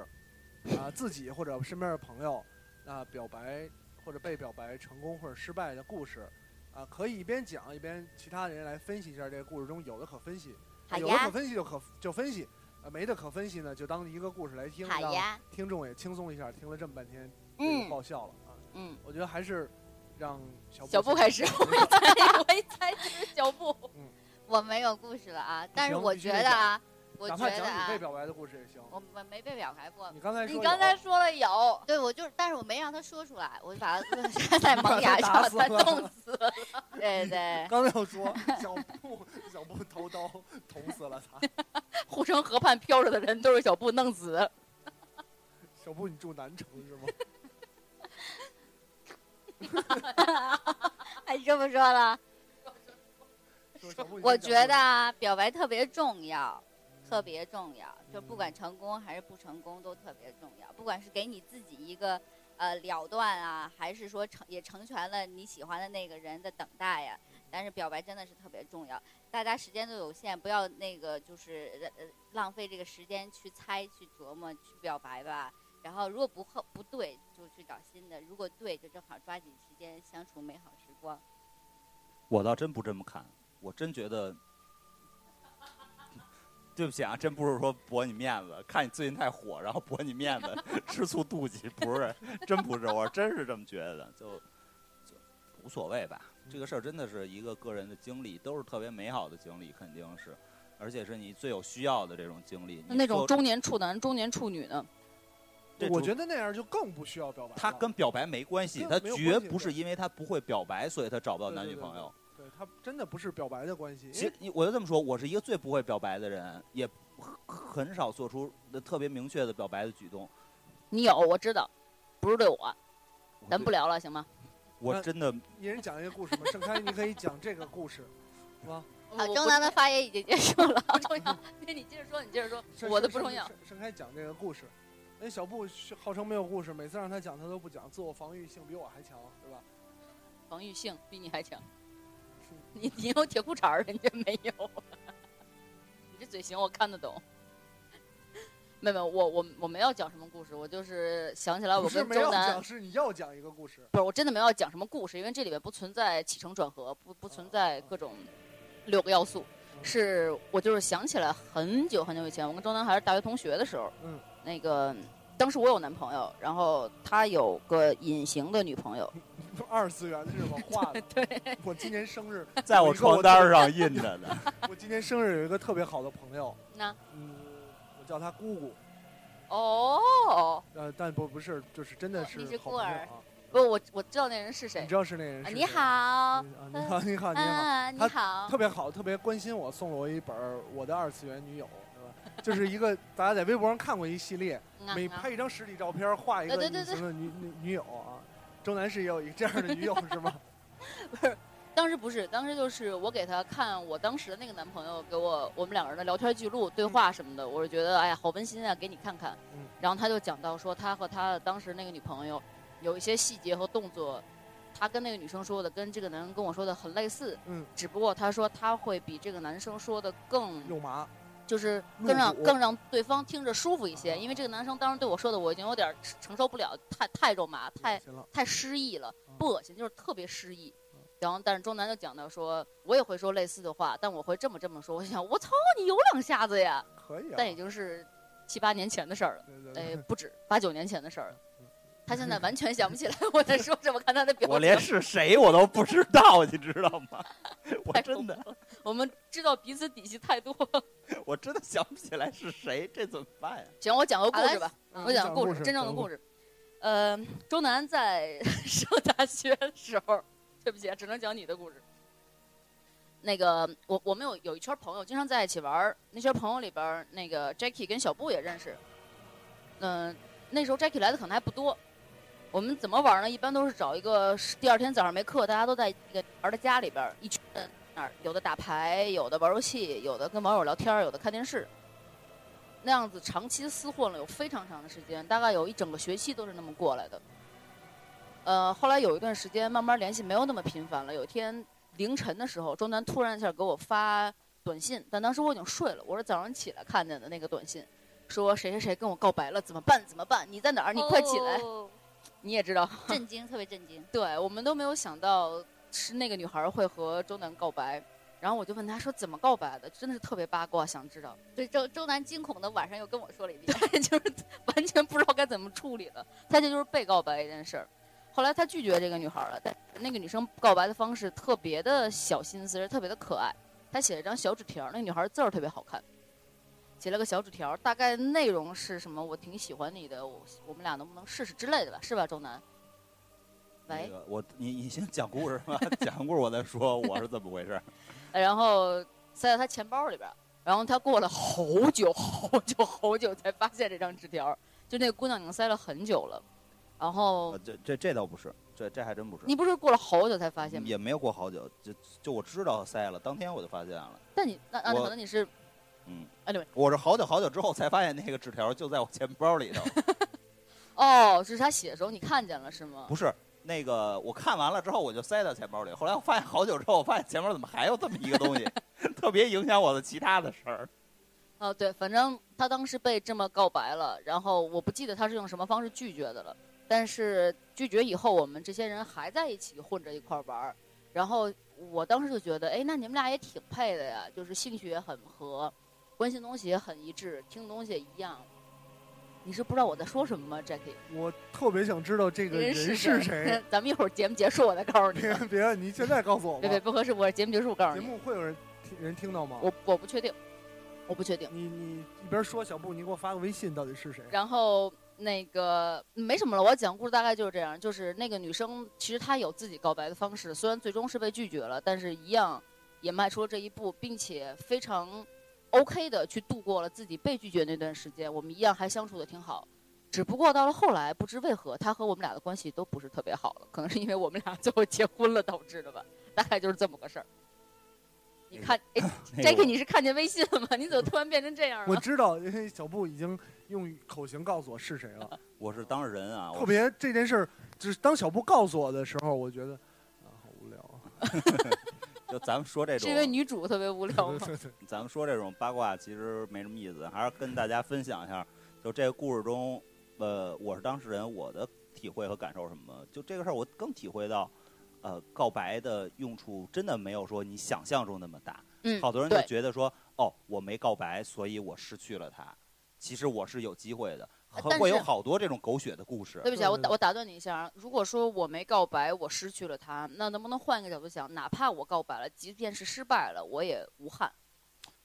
Speaker 5: 啊、自己或者身边的朋友，啊、表白或者被表白成功或者失败的故事，啊、可以一边讲一边其他人来分析一下这个故事中有的可分析，
Speaker 2: 好
Speaker 5: 有的
Speaker 2: 呀
Speaker 5: 可，分析就可就分析，呃，没的可分析呢，就当一个故事来听，
Speaker 2: 好
Speaker 5: 让
Speaker 2: 呀，
Speaker 5: 听众也轻松一下。听了这么半天，这个
Speaker 2: 嗯
Speaker 5: 爆笑了啊！
Speaker 6: 嗯，
Speaker 5: 我觉得还是让小布
Speaker 6: 小布开始，我一猜，我一猜就是小布。
Speaker 2: 我没有故事了啊，但是
Speaker 5: 行
Speaker 2: 我
Speaker 5: 必须
Speaker 2: 觉
Speaker 5: 得
Speaker 2: 得啊，我
Speaker 5: 哪
Speaker 2: 觉
Speaker 5: 怕
Speaker 2: 得
Speaker 5: 讲你
Speaker 2: 啊哦
Speaker 5: 被，表白的故事也行。
Speaker 2: 我我没被表白过。
Speaker 5: 你刚才说
Speaker 6: 你刚才
Speaker 5: 有
Speaker 6: 说了有，
Speaker 2: 对，我就是，但是我没让他说出来，我就把他插在萌芽上
Speaker 5: 打 死了
Speaker 2: 他冻死了。对 对，
Speaker 5: 刚才要说小布小布头刀捅死了他，
Speaker 6: 护城河畔飘着的人都是小布弄死的。
Speaker 5: 小布你住南城是吗？
Speaker 2: 哎，这么说了，
Speaker 5: 说小布你先
Speaker 2: 我
Speaker 5: 讲
Speaker 2: 觉得
Speaker 5: 故事
Speaker 2: 啊，表白特别重要，特别重要，就不管成功还是不成功都特别重要，不管是给你自己一个呃了断啊，还是说成也成全了你喜欢的那个人的等待呀、但是表白真的是特别重要，大家时间都有限，不要那个就是呃呃浪费这个时间去猜、去琢磨、去表白吧。然后如果不合不对，就去找新的；如果对，就正好抓紧时间相处美好时光。
Speaker 4: 我倒真不这么看，我真觉得， 对不起啊，真不是说驳你面子，看你最近太火，然后驳你面子，吃醋妒忌，不是， 真不是，我真是这么觉得，就就无所谓吧。这个事儿真的是一个个人的经历，都是特别美好的经历，肯定是，而且是你最有需要的这种经历。你
Speaker 6: 那种
Speaker 4: 做
Speaker 6: 中年处男、中年处女呢？
Speaker 4: 这
Speaker 5: 我
Speaker 4: 种
Speaker 5: 觉得那样就更不需要表白了。
Speaker 4: 他跟表白没关系，
Speaker 5: 跟
Speaker 4: 他
Speaker 5: 没有
Speaker 4: 绝
Speaker 5: 关系
Speaker 4: 不是
Speaker 5: 对
Speaker 4: 因为他不会表白，所以他找不到
Speaker 5: 对
Speaker 4: 男女
Speaker 5: 对对
Speaker 4: 朋友。
Speaker 5: 对他真的不是表白的关系，因
Speaker 4: 其
Speaker 5: 为
Speaker 4: 实你我就这么说，我是一个最不会表白的人，也很少做出呃特别明确的表白的举动。
Speaker 6: 你有，我知道，不是对我，
Speaker 4: 我
Speaker 6: 咱
Speaker 4: 对
Speaker 6: 不呃聊了，行吗？
Speaker 4: 我
Speaker 5: 那
Speaker 4: 真 的
Speaker 5: 一人讲一个故事嘛。盛开，你可以讲这个故事，是吧？
Speaker 2: 好，
Speaker 6: 哦我
Speaker 2: 中南的发言已经结束 了。
Speaker 6: 不重要，那你接着说，你接着说，
Speaker 5: 盛
Speaker 6: 我的不
Speaker 5: 盛
Speaker 6: 重要。
Speaker 5: 盛盛开讲这个故事，那小布是号称没有故事，每次让他讲他都不讲，自我防御性比我还强，对吧？
Speaker 6: 防御性比你还强， 你你有铁裤衩儿，人家没有。 你这嘴型我看得懂。 没有没有，我我我没要讲什么故事，我就是想起来
Speaker 5: 不
Speaker 6: 呃我
Speaker 5: 是
Speaker 6: 跟
Speaker 5: 没有
Speaker 6: 周南
Speaker 5: 讲，是你要讲一个故事。
Speaker 6: 不是，我真的没有讲什么故事，因为这里面不存在起承转合，不不存在各种六个要素。是我就是想起来很久很久以前，我跟周南还是大学同学的时候，
Speaker 5: 嗯，
Speaker 6: 那个当时我有男朋友，然后他有个隐形的女朋友，
Speaker 5: 二次元是吧？画 的。对，我今年生日，
Speaker 4: 在
Speaker 5: 我
Speaker 4: 我
Speaker 5: 一个我
Speaker 4: 床单上印着 呢。
Speaker 5: 我今年生日有一个特别好的朋友，
Speaker 6: 那
Speaker 5: 嗯，我叫他姑姑，
Speaker 6: 哦，
Speaker 5: 呃，但不不是，就是真的
Speaker 2: 哦
Speaker 5: 是
Speaker 2: 你是
Speaker 5: 好
Speaker 2: 孤
Speaker 5: 朋友
Speaker 2: 儿
Speaker 5: 啊。
Speaker 6: 不，我我知道那人是
Speaker 5: 你
Speaker 6: 谁
Speaker 5: 知。道是那人
Speaker 2: 啊
Speaker 5: 是
Speaker 2: 你
Speaker 5: 谁
Speaker 2: 好，
Speaker 5: 啊
Speaker 2: 啊，
Speaker 5: 你好，你好，你好。
Speaker 6: 嗯
Speaker 2: 你
Speaker 5: 他
Speaker 2: 好，
Speaker 5: 特别好，特别关心我，送了我一本儿《我的二次元女友》，对吧？就是一个大家在微博上看过一系列，
Speaker 6: 嗯啊
Speaker 5: 每
Speaker 6: 嗯啊
Speaker 5: 拍一张实体照片，画一个
Speaker 6: 啊对对
Speaker 5: 隐形的女女女友啊。周南是也有一个这样的女友是吗？
Speaker 6: 当时不是，当时就是我给他看我当时的那个男朋友给我我们两个人的聊天记录、对话什么的，我就觉得哎呀好温馨啊，给你看看。
Speaker 5: 嗯
Speaker 6: 然后他就讲到说，他和他的当时那个女朋友有一些细节和动作，他跟那个女生说的跟这个男人跟我说的很类似，
Speaker 5: 嗯，
Speaker 6: 只不过他说他会比这个男生说的更
Speaker 5: 肉麻，
Speaker 6: 就是
Speaker 5: 入
Speaker 6: 更让
Speaker 5: 骨
Speaker 6: 更让对方听着舒服一些，
Speaker 5: 啊
Speaker 6: 因为这个男生当时对我说的我已经有点承受不了，太太肉麻，太
Speaker 5: 恶心了。
Speaker 6: 太诗意了
Speaker 5: 嗯，
Speaker 6: 不恶心，就是特别诗意
Speaker 5: 嗯。
Speaker 6: 然后，但是钟南就讲到说，我也会说类似的话，但我会这么这么说。我想，我操，你有两下子呀！
Speaker 5: 可以啊。
Speaker 6: 但已经是七八年前的事儿了，
Speaker 5: 对 对
Speaker 6: 哎
Speaker 5: 对，，
Speaker 6: 不止八九年前的事儿了
Speaker 5: 嗯。
Speaker 6: 他现在完全想不起来我在说什么，看他的表
Speaker 4: 我连
Speaker 6: 情。
Speaker 4: 是谁我都不知道，你知道吗？我
Speaker 6: 太
Speaker 4: 真的，
Speaker 6: 我们知道彼此底细太多了。
Speaker 4: 我真的想不起来是谁，这怎么办呀？
Speaker 6: 行，我讲个故
Speaker 2: 好
Speaker 6: 事
Speaker 2: 嘞
Speaker 6: 吧，
Speaker 2: 嗯
Speaker 6: 我讲
Speaker 5: 讲
Speaker 6: 个
Speaker 5: 故
Speaker 6: 故
Speaker 5: 事
Speaker 6: 事，真正
Speaker 5: 讲
Speaker 6: 的
Speaker 5: 故
Speaker 6: 故事。呃，周南在 上大学的时候，对不起啊，只能讲你的故事。那个，我我们有有一圈朋友，经常在一起玩儿。那圈朋友里边儿，那个 Jacky 跟小布也认识。嗯、那时候 Jacky 来的可能还不多。我们怎么玩儿呢？一般都是找一个是第二天早上没课，大家都在那个玩儿的家里边儿，一群人那儿，有的打牌，有的玩儿游戏，有的跟网友聊天儿，有的看电视。那样子长期厮混了有非常长的时间，大概有一整个学期都是那么过来的。呃，后来有一段时间慢慢联系没有那么频繁了。有一天凌晨的时候，周南突然一下给我发短信，但当时我已经睡了，我是早上起来看见的那个短信，说谁谁谁跟我告白了，怎么办？怎么办？你在哪儿？你快起来！
Speaker 2: 哦
Speaker 6: 你也知道，
Speaker 2: 震惊，特别震惊。
Speaker 6: 对我们都没有想到是那个女孩会和周南告白。然后我就问他说怎么告白的，真的是特别八卦，想知道。
Speaker 2: 对，周周南惊恐的晚上又跟我说了一遍，
Speaker 6: 就是 完全不知道该怎么处理了。他这就是被告白这件事儿。后来他拒绝这个女孩了，但那个女生告白的方式特别的小心思，特别的可爱。他写了张小纸条，那个女孩字儿特别好看，写了个小纸条，大概内容是什么？我挺喜欢你的，我我们俩能不能试试之类的吧？是吧，周南？
Speaker 4: 那
Speaker 6: 喂，
Speaker 4: 个我你你先讲故事吧，讲完故事我再说我是怎么回事。
Speaker 6: 然后塞到他钱包里边儿。然后他过了好久好久好久才发现这张纸条，就那个姑娘已经塞了很久了。然后
Speaker 4: 呃这这这倒不是，这这还真不是。
Speaker 6: 哦你不是过了好久才发现吗？
Speaker 4: 也没有过好久，就就我知道塞了，当天我就发现了。
Speaker 6: 但你那那
Speaker 4: 我
Speaker 6: 可能你是
Speaker 4: 嗯，
Speaker 6: 哎对，
Speaker 4: 我是好久好久之后才发现那个纸条就在我钱包里头。
Speaker 6: 哦，是他写的时候你看见了是吗？
Speaker 4: 不是那个，我看完了之后我就塞到钱包里。后来我发现好久之后，我发现钱包怎么还有这么一个东西， 特别影响我的其他的事儿。
Speaker 6: 哦，对，反正他当时被这么告白了，然后我不记得他是用什么方式拒绝的了。但是拒绝以后，我们这些人还在一起混着一块儿玩儿，然后我当时就觉得，哎，那你们俩也挺配的呀，就是兴趣也很合，关心东西也很一致，听东西也一样。你是不知道我在说什么吗，Jackie？
Speaker 5: 我特别想知道这个人是 谁。？
Speaker 6: 咱们一会儿节目结束我再告诉你
Speaker 5: 别
Speaker 6: 吧。
Speaker 5: 别，你现在告诉我
Speaker 6: 别别
Speaker 5: 吧。
Speaker 6: 不合适，我节目结束我告诉
Speaker 5: 节
Speaker 6: 你。
Speaker 5: 目会有人听人听到吗？
Speaker 6: 我我不确定，我不确定。
Speaker 5: 你你一边说小布，你给我发个微信，到底是谁？啊
Speaker 6: 然后那个没什么了，我讲故事大概就是这样，就是那个女生其实她有自己告白的方式，虽然最终是被拒绝了，但是一样也迈出了这一步，并且非常 OK 的去度过了自己被拒绝那段时间，我们一样还相处的挺好。只不过到了后来，不知为何，她和我们俩的关系都不是特别好了，可能是因为我们俩最后结婚了导致的吧，大概就是这么个事儿。你看，哎
Speaker 4: 那个
Speaker 6: ，Jacky，你是看见微信了吗？你怎么突然变成这样
Speaker 5: 我
Speaker 6: 了？
Speaker 5: 知道，因为小布已经用口型告诉我是 谁了。
Speaker 4: 我是当事人啊，
Speaker 6: 哦
Speaker 5: 特
Speaker 4: 我
Speaker 5: 别这件事儿，就是当小布告诉我的时候，我觉得啊，好无聊啊。
Speaker 4: 就咱们说这
Speaker 6: 是
Speaker 4: 种
Speaker 6: 因，为女主特别无聊吗？
Speaker 5: 对对对，
Speaker 4: 咱们说这种八卦其实没什么意思，还是跟大家分享一下，就这个故事中，呃，我是当事人，我的体会和感受是什么？就这个事儿，我更体会到，呃，告白的用处真的没有说你想象中那么大。
Speaker 6: 嗯
Speaker 4: 好多人就
Speaker 6: 对
Speaker 4: 觉得说，哦，我没告白，所以我失去了他。其实我是有机会的，
Speaker 6: 呃但是
Speaker 4: 会有好多这种狗血的故事。
Speaker 6: 对不起啊，
Speaker 5: 对
Speaker 6: 我
Speaker 5: 对
Speaker 6: 打
Speaker 5: 对
Speaker 6: 我打断你一下啊。如果说我没告白，我失去了他，那能不能换一个角度想？哪怕我告白了，即便是失败了，我也无憾。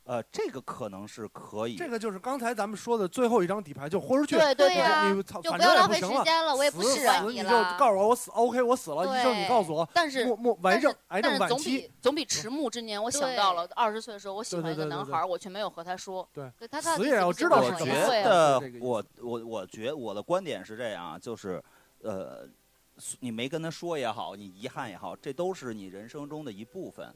Speaker 4: 呃，这个可能是可以。
Speaker 5: 这个就是刚才咱们说的最后一张底牌，就豁出去。
Speaker 2: 对对
Speaker 5: 你
Speaker 2: 呀
Speaker 5: 你操，
Speaker 2: 就
Speaker 5: 反
Speaker 2: 不
Speaker 5: 正
Speaker 2: 要
Speaker 5: 也
Speaker 2: 浪
Speaker 5: 不
Speaker 2: 费
Speaker 5: 行
Speaker 2: 时
Speaker 5: 了。
Speaker 2: 间了，我也不
Speaker 5: 死
Speaker 2: 喜
Speaker 5: 死
Speaker 2: 欢
Speaker 5: 你就
Speaker 2: 了。
Speaker 5: 告诉我，我死 OK，我死了。
Speaker 2: 对
Speaker 5: 医生，你告诉我，
Speaker 6: 但是
Speaker 5: 末末癌症癌
Speaker 6: 但
Speaker 5: 症
Speaker 6: 是
Speaker 5: 晚
Speaker 6: 总
Speaker 5: 期
Speaker 6: 比，总比迟暮之年，我想到了二十岁的时候，我喜欢一个
Speaker 5: 对对对对
Speaker 6: 男孩儿，我却没有和他说。
Speaker 2: 对他到底
Speaker 5: 死
Speaker 2: 喜不
Speaker 5: 也要
Speaker 2: 喜
Speaker 5: 知
Speaker 2: 欢
Speaker 5: 道
Speaker 4: 我
Speaker 5: 是
Speaker 2: 我
Speaker 5: 什
Speaker 4: 觉
Speaker 5: 么
Speaker 2: 呀
Speaker 6: 会啊
Speaker 5: 是
Speaker 4: 得
Speaker 5: 这个意思
Speaker 4: 我我我觉我的观点是这样啊，就是，呃，你没跟他说也好，你遗憾也好，这都是你人生中的一部分，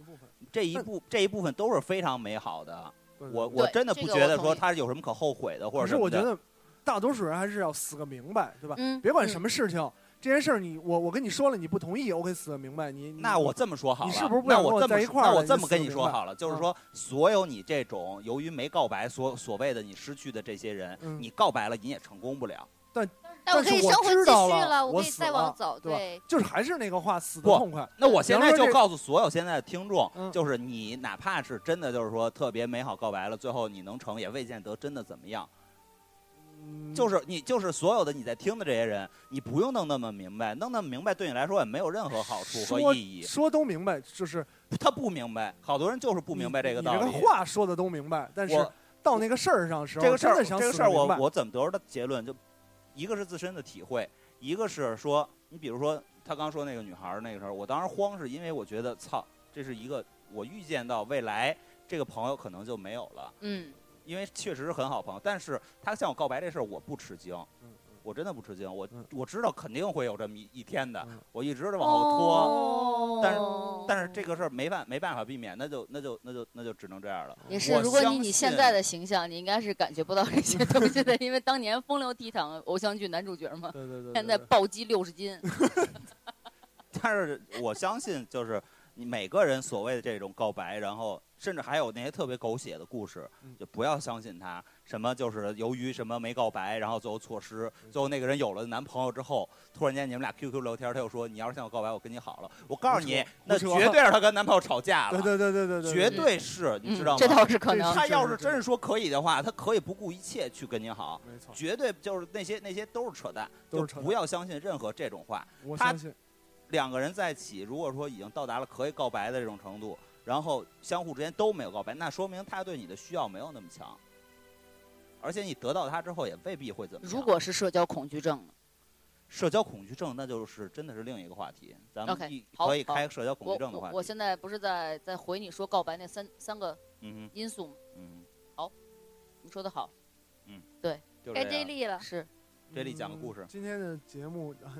Speaker 4: 这一部这一部分都是非常美好的。
Speaker 5: 对对
Speaker 4: 我
Speaker 5: 对
Speaker 4: 我
Speaker 6: 对
Speaker 4: 真的
Speaker 6: 这
Speaker 4: 不
Speaker 6: 个
Speaker 4: 觉
Speaker 6: 我
Speaker 4: 得
Speaker 6: 同
Speaker 4: 说
Speaker 6: 意
Speaker 4: 他有什么可后悔的，或者
Speaker 5: 可是
Speaker 4: 什么
Speaker 5: 我觉
Speaker 4: 的
Speaker 5: 得大多数人还是要死个明白，对吧？
Speaker 6: 嗯，
Speaker 5: 别管什
Speaker 6: 么。
Speaker 5: 么事情，这件事儿你我我跟你说了，你不同意，OK，死个明白。你你
Speaker 4: 那我这么说好了，
Speaker 5: 你是不是不
Speaker 4: 那
Speaker 5: 想跟
Speaker 4: 我
Speaker 5: 我
Speaker 4: 这么
Speaker 5: 在一
Speaker 4: 说
Speaker 5: 块儿
Speaker 4: 那
Speaker 5: 了
Speaker 4: 我
Speaker 5: 你
Speaker 4: 这
Speaker 5: 就
Speaker 4: 么跟
Speaker 5: 死不
Speaker 4: 你
Speaker 5: 明
Speaker 4: 说
Speaker 5: 白
Speaker 4: 好了，就是
Speaker 5: 嗯
Speaker 4: 说，所有你这种由于没告白所所谓的你失去的这些人，
Speaker 5: 嗯
Speaker 4: 你告白了你也成功不了。
Speaker 2: 但我
Speaker 5: 但
Speaker 2: 可以
Speaker 5: 是我
Speaker 2: 生活
Speaker 5: 知
Speaker 2: 继
Speaker 5: 道
Speaker 2: 续
Speaker 5: 了
Speaker 2: 我
Speaker 5: 我
Speaker 2: 可以
Speaker 5: 死
Speaker 2: 再
Speaker 5: 了
Speaker 2: 往走，
Speaker 5: 对吧
Speaker 2: 对，
Speaker 5: 就是还是那个话，死的
Speaker 4: 不
Speaker 5: 痛快。
Speaker 4: 那我现在
Speaker 5: 比方
Speaker 4: 就
Speaker 5: 说这
Speaker 4: 告诉所有现在的听众，
Speaker 5: 嗯
Speaker 4: 就是你哪怕是真的就是说特别美好告白了，最后你能成也未见得真的怎么样。
Speaker 5: 嗯
Speaker 4: 就是你就是所有的你在听的这些人，你不用弄那么明白，弄那么明白对你来说也没有任何好处和
Speaker 5: 说
Speaker 4: 意义。
Speaker 5: 说都明白，就是
Speaker 4: 他不明白，好多人就是不
Speaker 5: 你
Speaker 4: 明白这个
Speaker 5: 你
Speaker 4: 道理
Speaker 5: 这。个话说的都明白，但是
Speaker 4: 我
Speaker 5: 到那个事儿上的时候，
Speaker 4: 这个事儿，
Speaker 5: 真的想
Speaker 4: 这个
Speaker 5: 死
Speaker 4: 事儿，
Speaker 5: 明
Speaker 4: 我
Speaker 5: 白
Speaker 4: 我怎么得出的结论？就一个是自身的体会，一个是说，你比如说他刚说那个女孩儿那个时候，我当时慌是因为我觉得操，这是一个我预见到未来这个朋友可能就没有了，
Speaker 6: 嗯，
Speaker 4: 因为确实是很好朋友，但是他向我告白这事儿，我不吃惊
Speaker 5: 嗯嗯。
Speaker 4: 我真的不吃惊，我
Speaker 5: 嗯
Speaker 4: 我知道肯定会有这么一一天的
Speaker 5: 嗯，
Speaker 4: 我一直在往后拖，
Speaker 6: 哦
Speaker 4: 但是但是这个事儿没办没办法避免，那就那就那就那就只能这样了。
Speaker 6: 也是
Speaker 4: 我，
Speaker 6: 如果
Speaker 4: 相
Speaker 6: 你你现
Speaker 4: 信
Speaker 6: 在的形象，你应该是感觉不到这 些东西的，因为当年风流倜傥偶像剧男主角嘛，
Speaker 5: 对对对，
Speaker 6: 现在
Speaker 5: 对
Speaker 6: 暴击六 十斤。
Speaker 4: 但是我相信，就是你每个人所谓的这种告白，然后甚至还有那些特别狗血的故事
Speaker 5: 嗯，
Speaker 4: 就不要相信它。什么就是由于什么没告白，然后最后错失，
Speaker 5: 嗯
Speaker 4: 最后那个人有了男朋友之后，突然间你们俩 QQ 聊天，他又说你要是向我告白，我跟你好了。我告诉你，那
Speaker 5: 胡扯
Speaker 4: 绝对让她跟男朋友吵架了，
Speaker 5: 对对对对对对，
Speaker 4: 绝对是，你知道吗？
Speaker 6: 嗯这倒是可
Speaker 5: 这
Speaker 6: 能
Speaker 5: 是。
Speaker 4: 他要是真是说可以的话，他可以不顾一切去跟你好，
Speaker 5: 没错，
Speaker 4: 绝对就是那些那些都是扯淡，
Speaker 5: 都是
Speaker 4: 就
Speaker 5: 扯淡
Speaker 4: 不要相信任何这种话。
Speaker 5: 我
Speaker 4: 他
Speaker 5: 相信。
Speaker 4: 两个人在一起，如果说已经到达了可以告白的这种程度，然后相互之间都没有告白，那说明他对你的需要没有那么强，而且你得到他之后也未必会怎么样。
Speaker 6: 如果是社交恐惧症呢，
Speaker 4: 社交恐惧症，那就是真的是另一个话题，咱们
Speaker 6: OK，
Speaker 4: 一
Speaker 6: 好
Speaker 4: 可以
Speaker 6: 好
Speaker 4: 开社交恐
Speaker 6: 我
Speaker 4: 惧症的话
Speaker 6: 我
Speaker 4: 题。
Speaker 6: 我现在不是在在回你说告白那三三个
Speaker 4: 嗯
Speaker 6: 因素吗？
Speaker 4: 哼嗯
Speaker 6: 你说的好，
Speaker 4: 哼，就是
Speaker 2: 该
Speaker 4: 这
Speaker 2: J
Speaker 4: 样。
Speaker 2: 莉了，
Speaker 6: 是
Speaker 4: 这里讲个故事
Speaker 5: 嗯今天的节目，啊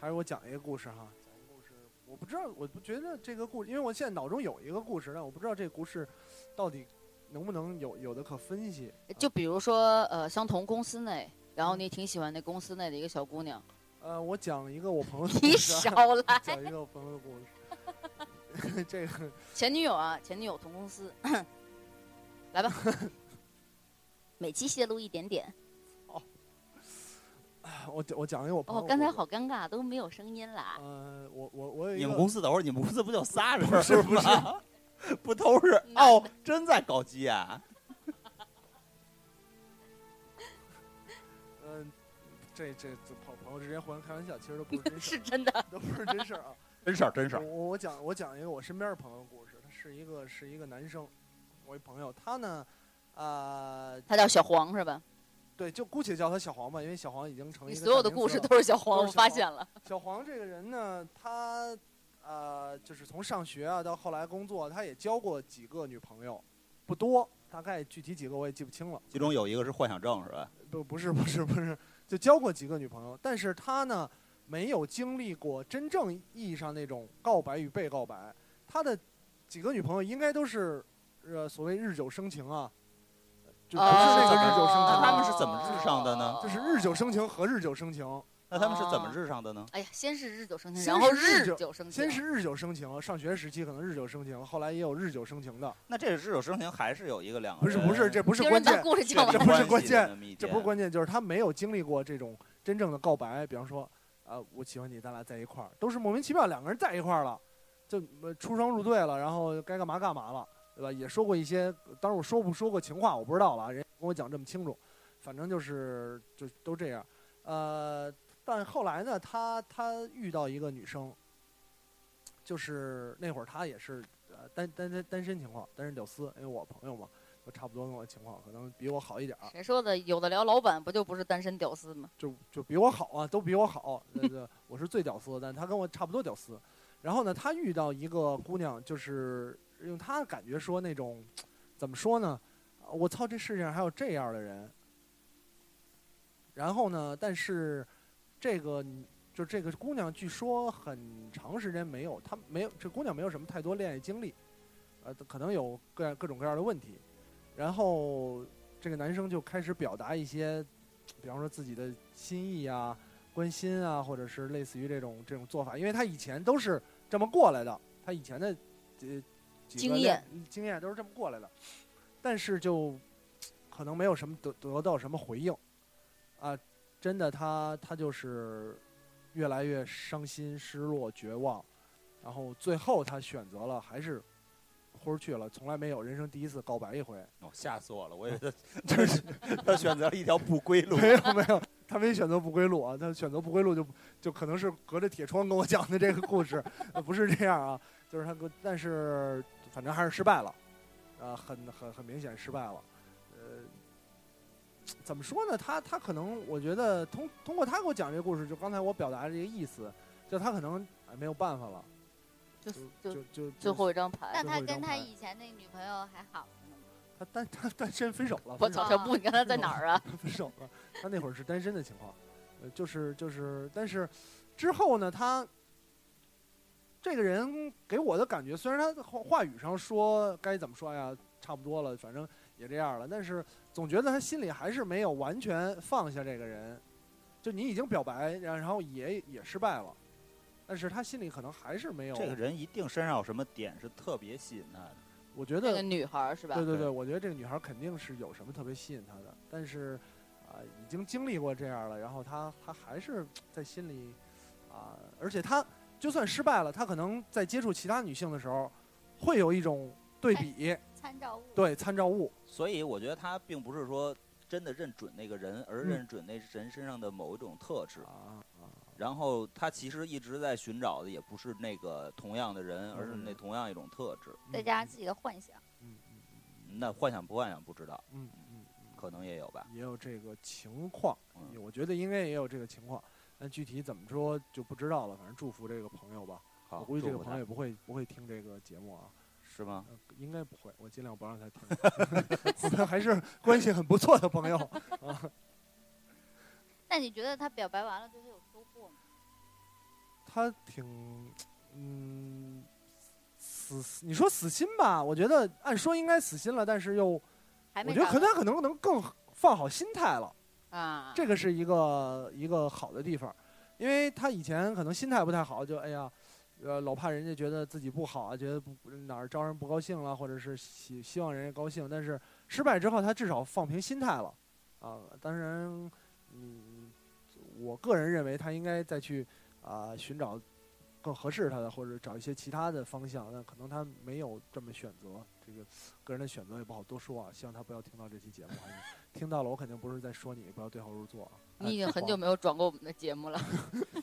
Speaker 5: 还是我讲一个故事哈。讲一个故事，我不知道，我不觉得这个故事，因为我现在脑中有一个故事，但我不知道这个故事到底能不能有有的可分析。
Speaker 6: 就比如说呃，相同公司内，然后你挺喜欢那公司内的一个小姑娘，
Speaker 5: 呃，我讲一个我朋友的故
Speaker 6: 你
Speaker 5: 事
Speaker 6: 少
Speaker 5: 啊，
Speaker 6: 来，
Speaker 5: 讲一个我朋友的故事。这个
Speaker 6: 前女友啊，前女友同公司，来吧， 每期泄露一点点。
Speaker 5: 我讲我讲一个我朋友
Speaker 2: 哦，
Speaker 5: 的故事。
Speaker 2: 刚才好尴尬，都没有声音啊啦。
Speaker 5: 呃，我我我有一
Speaker 4: 你
Speaker 5: 个
Speaker 4: 们公司等会儿，你们公司不就仨人是吗？ 不都是哦，真在搞基啊？
Speaker 5: 嗯，这这这朋朋友之间互相开玩笑，其实 都不是真事
Speaker 6: 是真的
Speaker 5: 儿，都不是真事儿啊。
Speaker 4: 真事儿，真事儿。
Speaker 5: 我我我讲我讲一个我身边的朋友的故事，他是一个是一个男生，我一朋友，他呢，呃，
Speaker 6: 他叫小黄是吧？
Speaker 5: 对，就姑且叫他小黄吧，因为小黄已经成
Speaker 6: 你
Speaker 5: 一个
Speaker 6: 所
Speaker 5: 代
Speaker 6: 有的
Speaker 5: 名
Speaker 6: 故
Speaker 5: 词
Speaker 6: 事
Speaker 5: 了
Speaker 6: 都是小
Speaker 5: 啊
Speaker 6: 黄，
Speaker 5: 都
Speaker 6: 我
Speaker 5: 是小
Speaker 6: 发
Speaker 5: 黄
Speaker 6: 现了。
Speaker 5: 小黄这个人呢，他呃，就是从上学啊到后来工作，他也交过几个女朋友，不多，大概具体几个我也记不清了。
Speaker 4: 其中有一个是幻想症，是吧？
Speaker 5: 不，不是，不是，不是，就交过几个女朋友，但是他呢，没有经历过真正意义上那种告白与被告白。他的几个女朋友应该都是，呃，所谓日久生情啊，就不是那个日久
Speaker 6: 哦
Speaker 5: 生情，
Speaker 4: 哦那他们是怎么日上的呢
Speaker 5: 就是日久生情和日久生情。
Speaker 4: 那他们是怎么日上的呢？
Speaker 6: 哎呀，先是日久生情，
Speaker 5: 先
Speaker 6: 然后
Speaker 5: 是日久
Speaker 6: 久生情，
Speaker 5: 先是日久生情，上学时期可能日久生情，后来也有日久生情的。
Speaker 4: 那这是日久生情，还是有一个两个
Speaker 5: 不是不是，这不是
Speaker 6: 听
Speaker 5: 关
Speaker 6: 人
Speaker 5: 键，
Speaker 6: 把故事
Speaker 4: 这
Speaker 6: 讲
Speaker 5: 这
Speaker 6: 完。
Speaker 5: 不是关键
Speaker 4: 键
Speaker 5: 这不是关键，就是他没有经历过这种真正的告白，比方说，啊、我喜欢你，咱俩在一块儿，都是莫名其妙两个人在一块儿了，就呃出双入对了，然后该干嘛干嘛了，对吧？也说过一些，当然我说不说过情话我不知道了，人家跟我讲这么清楚，反正就是就都这样，呃，但后来呢，他他遇到一个女生，就是那会儿他也是呃单单单单身情况，单身屌丝，因为我朋友嘛，都差不多跟我情况，可能比我好一点儿。
Speaker 6: 谁说的？有的聊老板不就不是单身屌丝吗？
Speaker 5: 就就比我好啊，都比我好。对对，我是最屌丝的，但他跟我差不多屌丝。然后呢，他遇到一个姑娘，就是用他的感觉说那种，怎么说呢？啊我操，这世界上还有这样的人。然后呢，但是这个女就这个姑娘，据说很长时间没有，她没有这姑娘没有什么太多恋爱经历，呃，可能有各样各种各样的问题。然后这个男生就开始表达一些比方说自己的心意啊、关心啊，或者是类似于这种这种做法，因为他以前都是这么过来的，他以前的呃几个
Speaker 6: 经
Speaker 5: 恋
Speaker 6: 验
Speaker 5: 经验都是这么过来的，但是就可能没有什么得得到什么回应啊，真的他他就是越来越伤心、失落、绝望，然后最后他选择了还是豁出去了，从来没有人生第一次告白一回。
Speaker 4: 哦，吓死我了！ 我以为他就是他选择了一条不归 路。
Speaker 5: 没有没有，他没选择不归路啊，他选择不归路就就可能是隔着铁窗跟我讲的这个故事，呃不是这样啊，就是他跟，但是反正还是失败了，啊，很很很明显失败了，呃，怎么说呢？他他可能我觉得通通过他给我讲这个故事，就刚才我表达的这个意思，就他可能哎没有办法了，
Speaker 6: 就
Speaker 5: 就
Speaker 6: 就
Speaker 5: 就就
Speaker 6: 最后一张牌
Speaker 5: 那
Speaker 2: 那，
Speaker 5: 最
Speaker 2: 他
Speaker 5: 后一张
Speaker 2: 跟他
Speaker 5: 牌
Speaker 2: 以前那女朋友还好吗？
Speaker 5: 他单他单身分手了，
Speaker 6: 我
Speaker 5: 分手
Speaker 6: 早上不，你刚才在哪儿啊？
Speaker 5: 分手了。 他那会儿是单身的情况，呃，就是就是，但是之后呢，他这个人给我的感觉，虽然他话话语上说该怎么说哎呀，差不多了，反正也这样了，但是总觉得他心里还是没有完全放下这个人。就你已经表白，然然后也也失败了，但是他心里可能还是没有
Speaker 4: 这个人一定身上有什么点是特别吸引他的，
Speaker 5: 我觉
Speaker 6: 那个
Speaker 5: 得，
Speaker 6: 女孩儿是吧
Speaker 5: 对？对
Speaker 4: 对
Speaker 5: 对，我觉得这个女孩肯定是有什么特别吸引她的，但是啊、已经经历过这样了，然后她她还是在心里啊、而且她就算失败了，她可能在接触其他女性的时候，会有一种对比，
Speaker 2: 参照物。
Speaker 5: 对参照物，
Speaker 4: 所以我觉得他并不是说真的认准那个人，而
Speaker 5: 嗯
Speaker 4: 认准那人身上的某一种特质。
Speaker 5: 啊啊，
Speaker 4: 然后他其实一直在寻找的也不是那个同样的人，而是
Speaker 5: 嗯
Speaker 4: 那同样一种特质。
Speaker 2: 再加上自己的幻想，
Speaker 5: 嗯嗯
Speaker 4: 那幻想不幻想不知道，
Speaker 5: 嗯嗯
Speaker 4: 可能也有吧。
Speaker 5: 嗯，也有这个情况，
Speaker 4: 嗯，
Speaker 5: 我觉得应该也有这个情况，但具体怎么说就不知道了，反正祝福这个朋友吧，
Speaker 4: 好，
Speaker 5: 我估计这
Speaker 4: 祝
Speaker 5: 个
Speaker 4: 福
Speaker 5: 朋友
Speaker 4: 他
Speaker 5: 也不会不会听这个节目啊。
Speaker 4: 是吗？
Speaker 5: 呃应该不会，我尽量不让他听。 我们还是关系很不错的朋友啊。
Speaker 2: 那你觉得他表白完了对他有收获吗？
Speaker 5: 他挺，嗯，死，你说死心吧？我觉得按说应该死心了，但是又，
Speaker 2: 还
Speaker 5: 我
Speaker 2: 没
Speaker 5: 觉得
Speaker 2: 找到
Speaker 5: 可能他可能能更放好心态了，
Speaker 6: 啊，
Speaker 5: 这个是一个一个好的地方，因为他以前可能心态不太好，就哎呀。呃，老怕人家觉得自己不好啊，觉得不哪儿招人不高兴了，或者是希希望人家高兴，但是失败之后，他至少放平心态了，啊，当然，嗯，我个人认为他应该再去啊寻找更合适他的，或者找一些其他的方向。那可能他没有这么选择，这个个人的选择也不好多说啊。希望他不要听到这期节目，还是听到了我肯定不是在说你，不要对号入座啊。
Speaker 6: 你已经很久没有转过我们的节目了。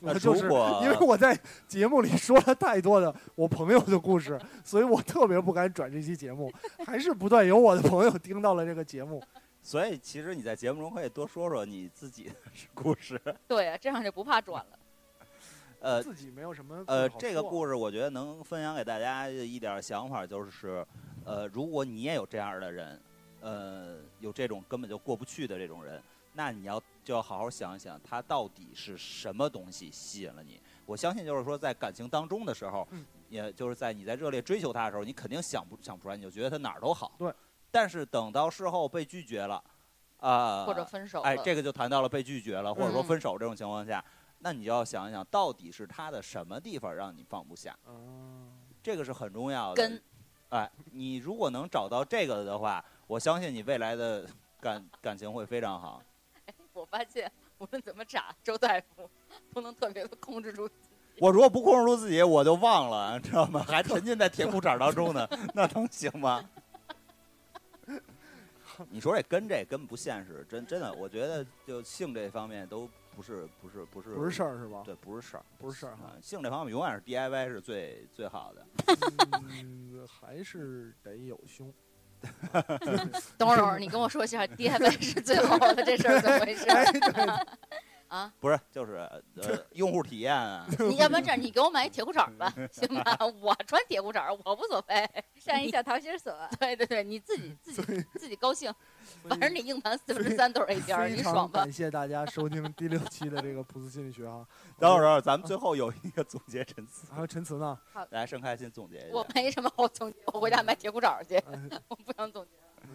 Speaker 5: 我
Speaker 4: 那
Speaker 5: 就是
Speaker 4: 如果
Speaker 5: 因为我在节目里说了太多的我朋友的故事，所以我特别不敢转这期节目，还是不断有我的朋友听到了这个节目。
Speaker 4: 所以其实你在节目中可以多说说你自己的故 事。
Speaker 6: 对啊，这样就不怕转了。
Speaker 4: 呃
Speaker 5: 自己没有什么
Speaker 4: 呃，
Speaker 5: 好
Speaker 4: 这个
Speaker 5: 说啊
Speaker 4: 故事我觉得能分享给大家一点想法，就是，呃，如果你也有这样的人，呃，有这种根本就过不去的这种人，那你要就要好好想一想，他到底是什么东西吸引了你。我相信，就是说在感情当中的时候，
Speaker 5: 嗯
Speaker 4: 也就是在你在热烈追求他的时候，你肯定想不想不出来，你就觉得他哪儿都好。
Speaker 5: 对。
Speaker 4: 但是等到事后被拒绝了，啊、
Speaker 6: 或者分手了。
Speaker 4: 哎，这个就谈到了被拒绝了，或者说
Speaker 6: 嗯
Speaker 4: 分手这种情况下，那你就要想一想，到底是他的什么地方让你放不下，
Speaker 5: 啊。
Speaker 4: 这个是很重要的。
Speaker 6: 根，
Speaker 4: 哎，你如果能找到这个的话，我相信你未来的感感情会非常好。
Speaker 6: 我发现无论怎么查，周大夫都能特别的控制住。
Speaker 4: 我如果不控制住自己，我就忘了，你知道吗？ 还沉浸在铁裤衩当中呢，那能行吗？ 你说这跟这根不现实，真真的，我觉得就性这方面都不是不是不是
Speaker 5: 不是事儿是吧？
Speaker 4: 对，不是事儿，
Speaker 5: 不是事儿哈
Speaker 4: 啊，性这方面永远是 DIY 是最最好的。
Speaker 5: 嗯，还是得有胸。
Speaker 6: 等会儿，等会儿，你跟我说一下 DIY 是最好的这事儿怎么回事
Speaker 5: 哎，对，
Speaker 6: 啊？
Speaker 4: 不是，就是呃，用户体验啊，
Speaker 6: 你要不然这样，你给我买一铁裤衩儿吧，行吧？我穿铁裤衩儿，我无所谓。
Speaker 7: 上一下桃 心锁，
Speaker 6: 对对对，你 自己自己自己高兴，反正你硬盘四
Speaker 5: 所
Speaker 6: 分
Speaker 5: 以
Speaker 6: 之三都是 A 边儿，
Speaker 5: 非
Speaker 6: 你
Speaker 5: 常
Speaker 6: 爽吧
Speaker 5: 感？谢大家收听第六期的这个普斯心理学哈。
Speaker 4: 等会儿等会儿，咱们最后有一个总结陈词，
Speaker 5: 还有陈词呢，
Speaker 4: 来，盛开先总结一
Speaker 6: 我
Speaker 4: 下。
Speaker 6: 没什么好总结，我回家买铁裤衩儿去，
Speaker 5: 嗯、
Speaker 6: 我不想总结。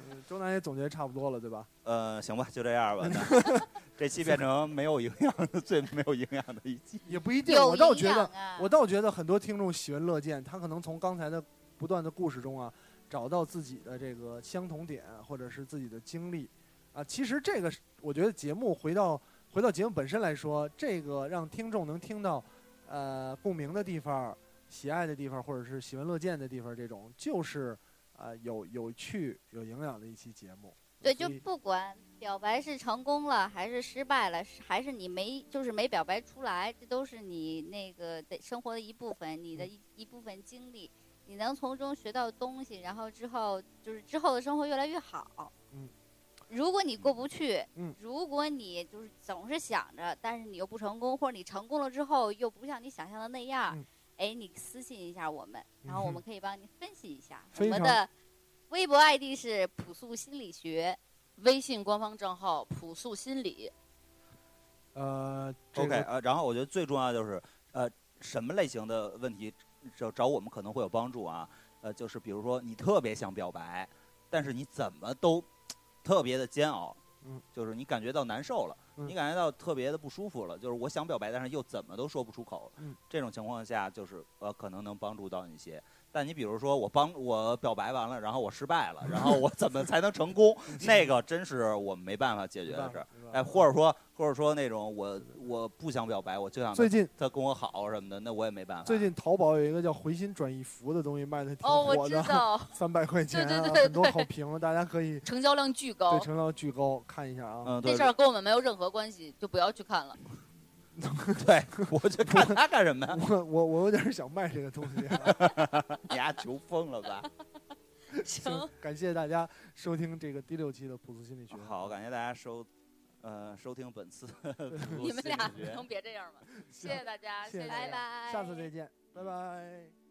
Speaker 5: 呃周南也总结差不多了，对吧？
Speaker 4: 呃，行吧，就这样吧。那这期变成没有营养的，最没有营养的一期。
Speaker 5: 也不一定，
Speaker 2: 有
Speaker 5: 我倒
Speaker 2: 营
Speaker 5: 觉
Speaker 2: 养
Speaker 5: 得，
Speaker 6: 嗯
Speaker 2: 啊
Speaker 5: 我倒觉得很多听众喜闻乐见，他可能从刚才的不断的故事中啊，找到自己的这个相同点，或者是自己的经历啊。其实这个是，我觉得节目回到回到节目本身来说，这个让听众能听到呃共鸣的地方、喜爱的地方，或者是喜闻乐见的地方，这种就是呃有有趣、有营养的一期节目。
Speaker 2: 对，
Speaker 5: 所
Speaker 2: 就
Speaker 5: 以
Speaker 2: 不管表白是成功了还是失败了，是还是你没就是没表白出来，这都是你那个的生活的一部分，你的
Speaker 5: 嗯
Speaker 2: 一一部分经历，你能从中学到东西，然后之后就是之后的生活越来越好。
Speaker 5: 嗯，
Speaker 2: 如果你过不去，
Speaker 5: 嗯
Speaker 2: 如果你就是总是想着，但是你又不成功，或者你成功了之后又不像你想象的那样，
Speaker 5: 嗯
Speaker 2: 哎，你私信一下我们，然后我们可以帮你分析一下。我
Speaker 5: 非
Speaker 2: 们
Speaker 5: 常
Speaker 2: 的微博 ID 是朴素心理学。
Speaker 6: 微信官方账号“朴素心理
Speaker 5: 呃、这
Speaker 4: OK
Speaker 5: 个
Speaker 4: 呃，然后我觉得最重要就是呃，什么类型的问题找找我们可能会有帮助啊。呃，就是比如说你特别想表白，但是你怎么都特别的煎熬，
Speaker 5: 嗯，
Speaker 4: 就是你感觉到难受了，
Speaker 5: 嗯
Speaker 4: 你感觉到特别的不舒服了，就是我想表白，但是又怎么都说不出口。
Speaker 5: 嗯
Speaker 4: 这种情况下，就是呃，可能能帮助到你一些。但你比如说，我帮我表白完了，然后我失败了，然后我怎么才能成 功？那个真是我们没办法解决
Speaker 5: 没
Speaker 4: 的
Speaker 5: 办
Speaker 4: 事
Speaker 5: 法
Speaker 4: 儿。，
Speaker 5: 没办法
Speaker 4: 哎，或者说，或者说那种我我不想表白，我就想
Speaker 5: 最近
Speaker 4: 他跟我好什么的，那我也没办法。
Speaker 5: 最近淘宝有一个叫“回心转意服”的东西卖的挺
Speaker 6: 哦，我
Speaker 5: 火
Speaker 6: 知
Speaker 5: 的，
Speaker 6: 道，
Speaker 5: 三百块钱、啊，
Speaker 6: 对对对
Speaker 5: 很多
Speaker 6: 对
Speaker 5: 好评，大家可以
Speaker 6: 成交量巨
Speaker 5: 对
Speaker 6: 高。
Speaker 5: 成交巨高，看一下啊。
Speaker 4: 嗯，对
Speaker 6: 这事儿跟我们没有任何关系，就不要去看了。
Speaker 4: 对， 我就看他干什 么呀？
Speaker 5: 我我我有点想卖这个东西、啊，
Speaker 4: 你丫穷疯了 吧？
Speaker 6: 行，
Speaker 5: 感谢大家收听这个第六期的朴素心理学。
Speaker 4: 好，感谢大家收，呃，收听本次
Speaker 6: 你们俩
Speaker 4: 心理学
Speaker 6: 能别这样吗？谢谢大家，
Speaker 5: 谢谢
Speaker 6: 谢
Speaker 5: 大家
Speaker 6: 大
Speaker 2: 拜
Speaker 6: 家
Speaker 2: 拜，
Speaker 5: 下次再见，拜拜。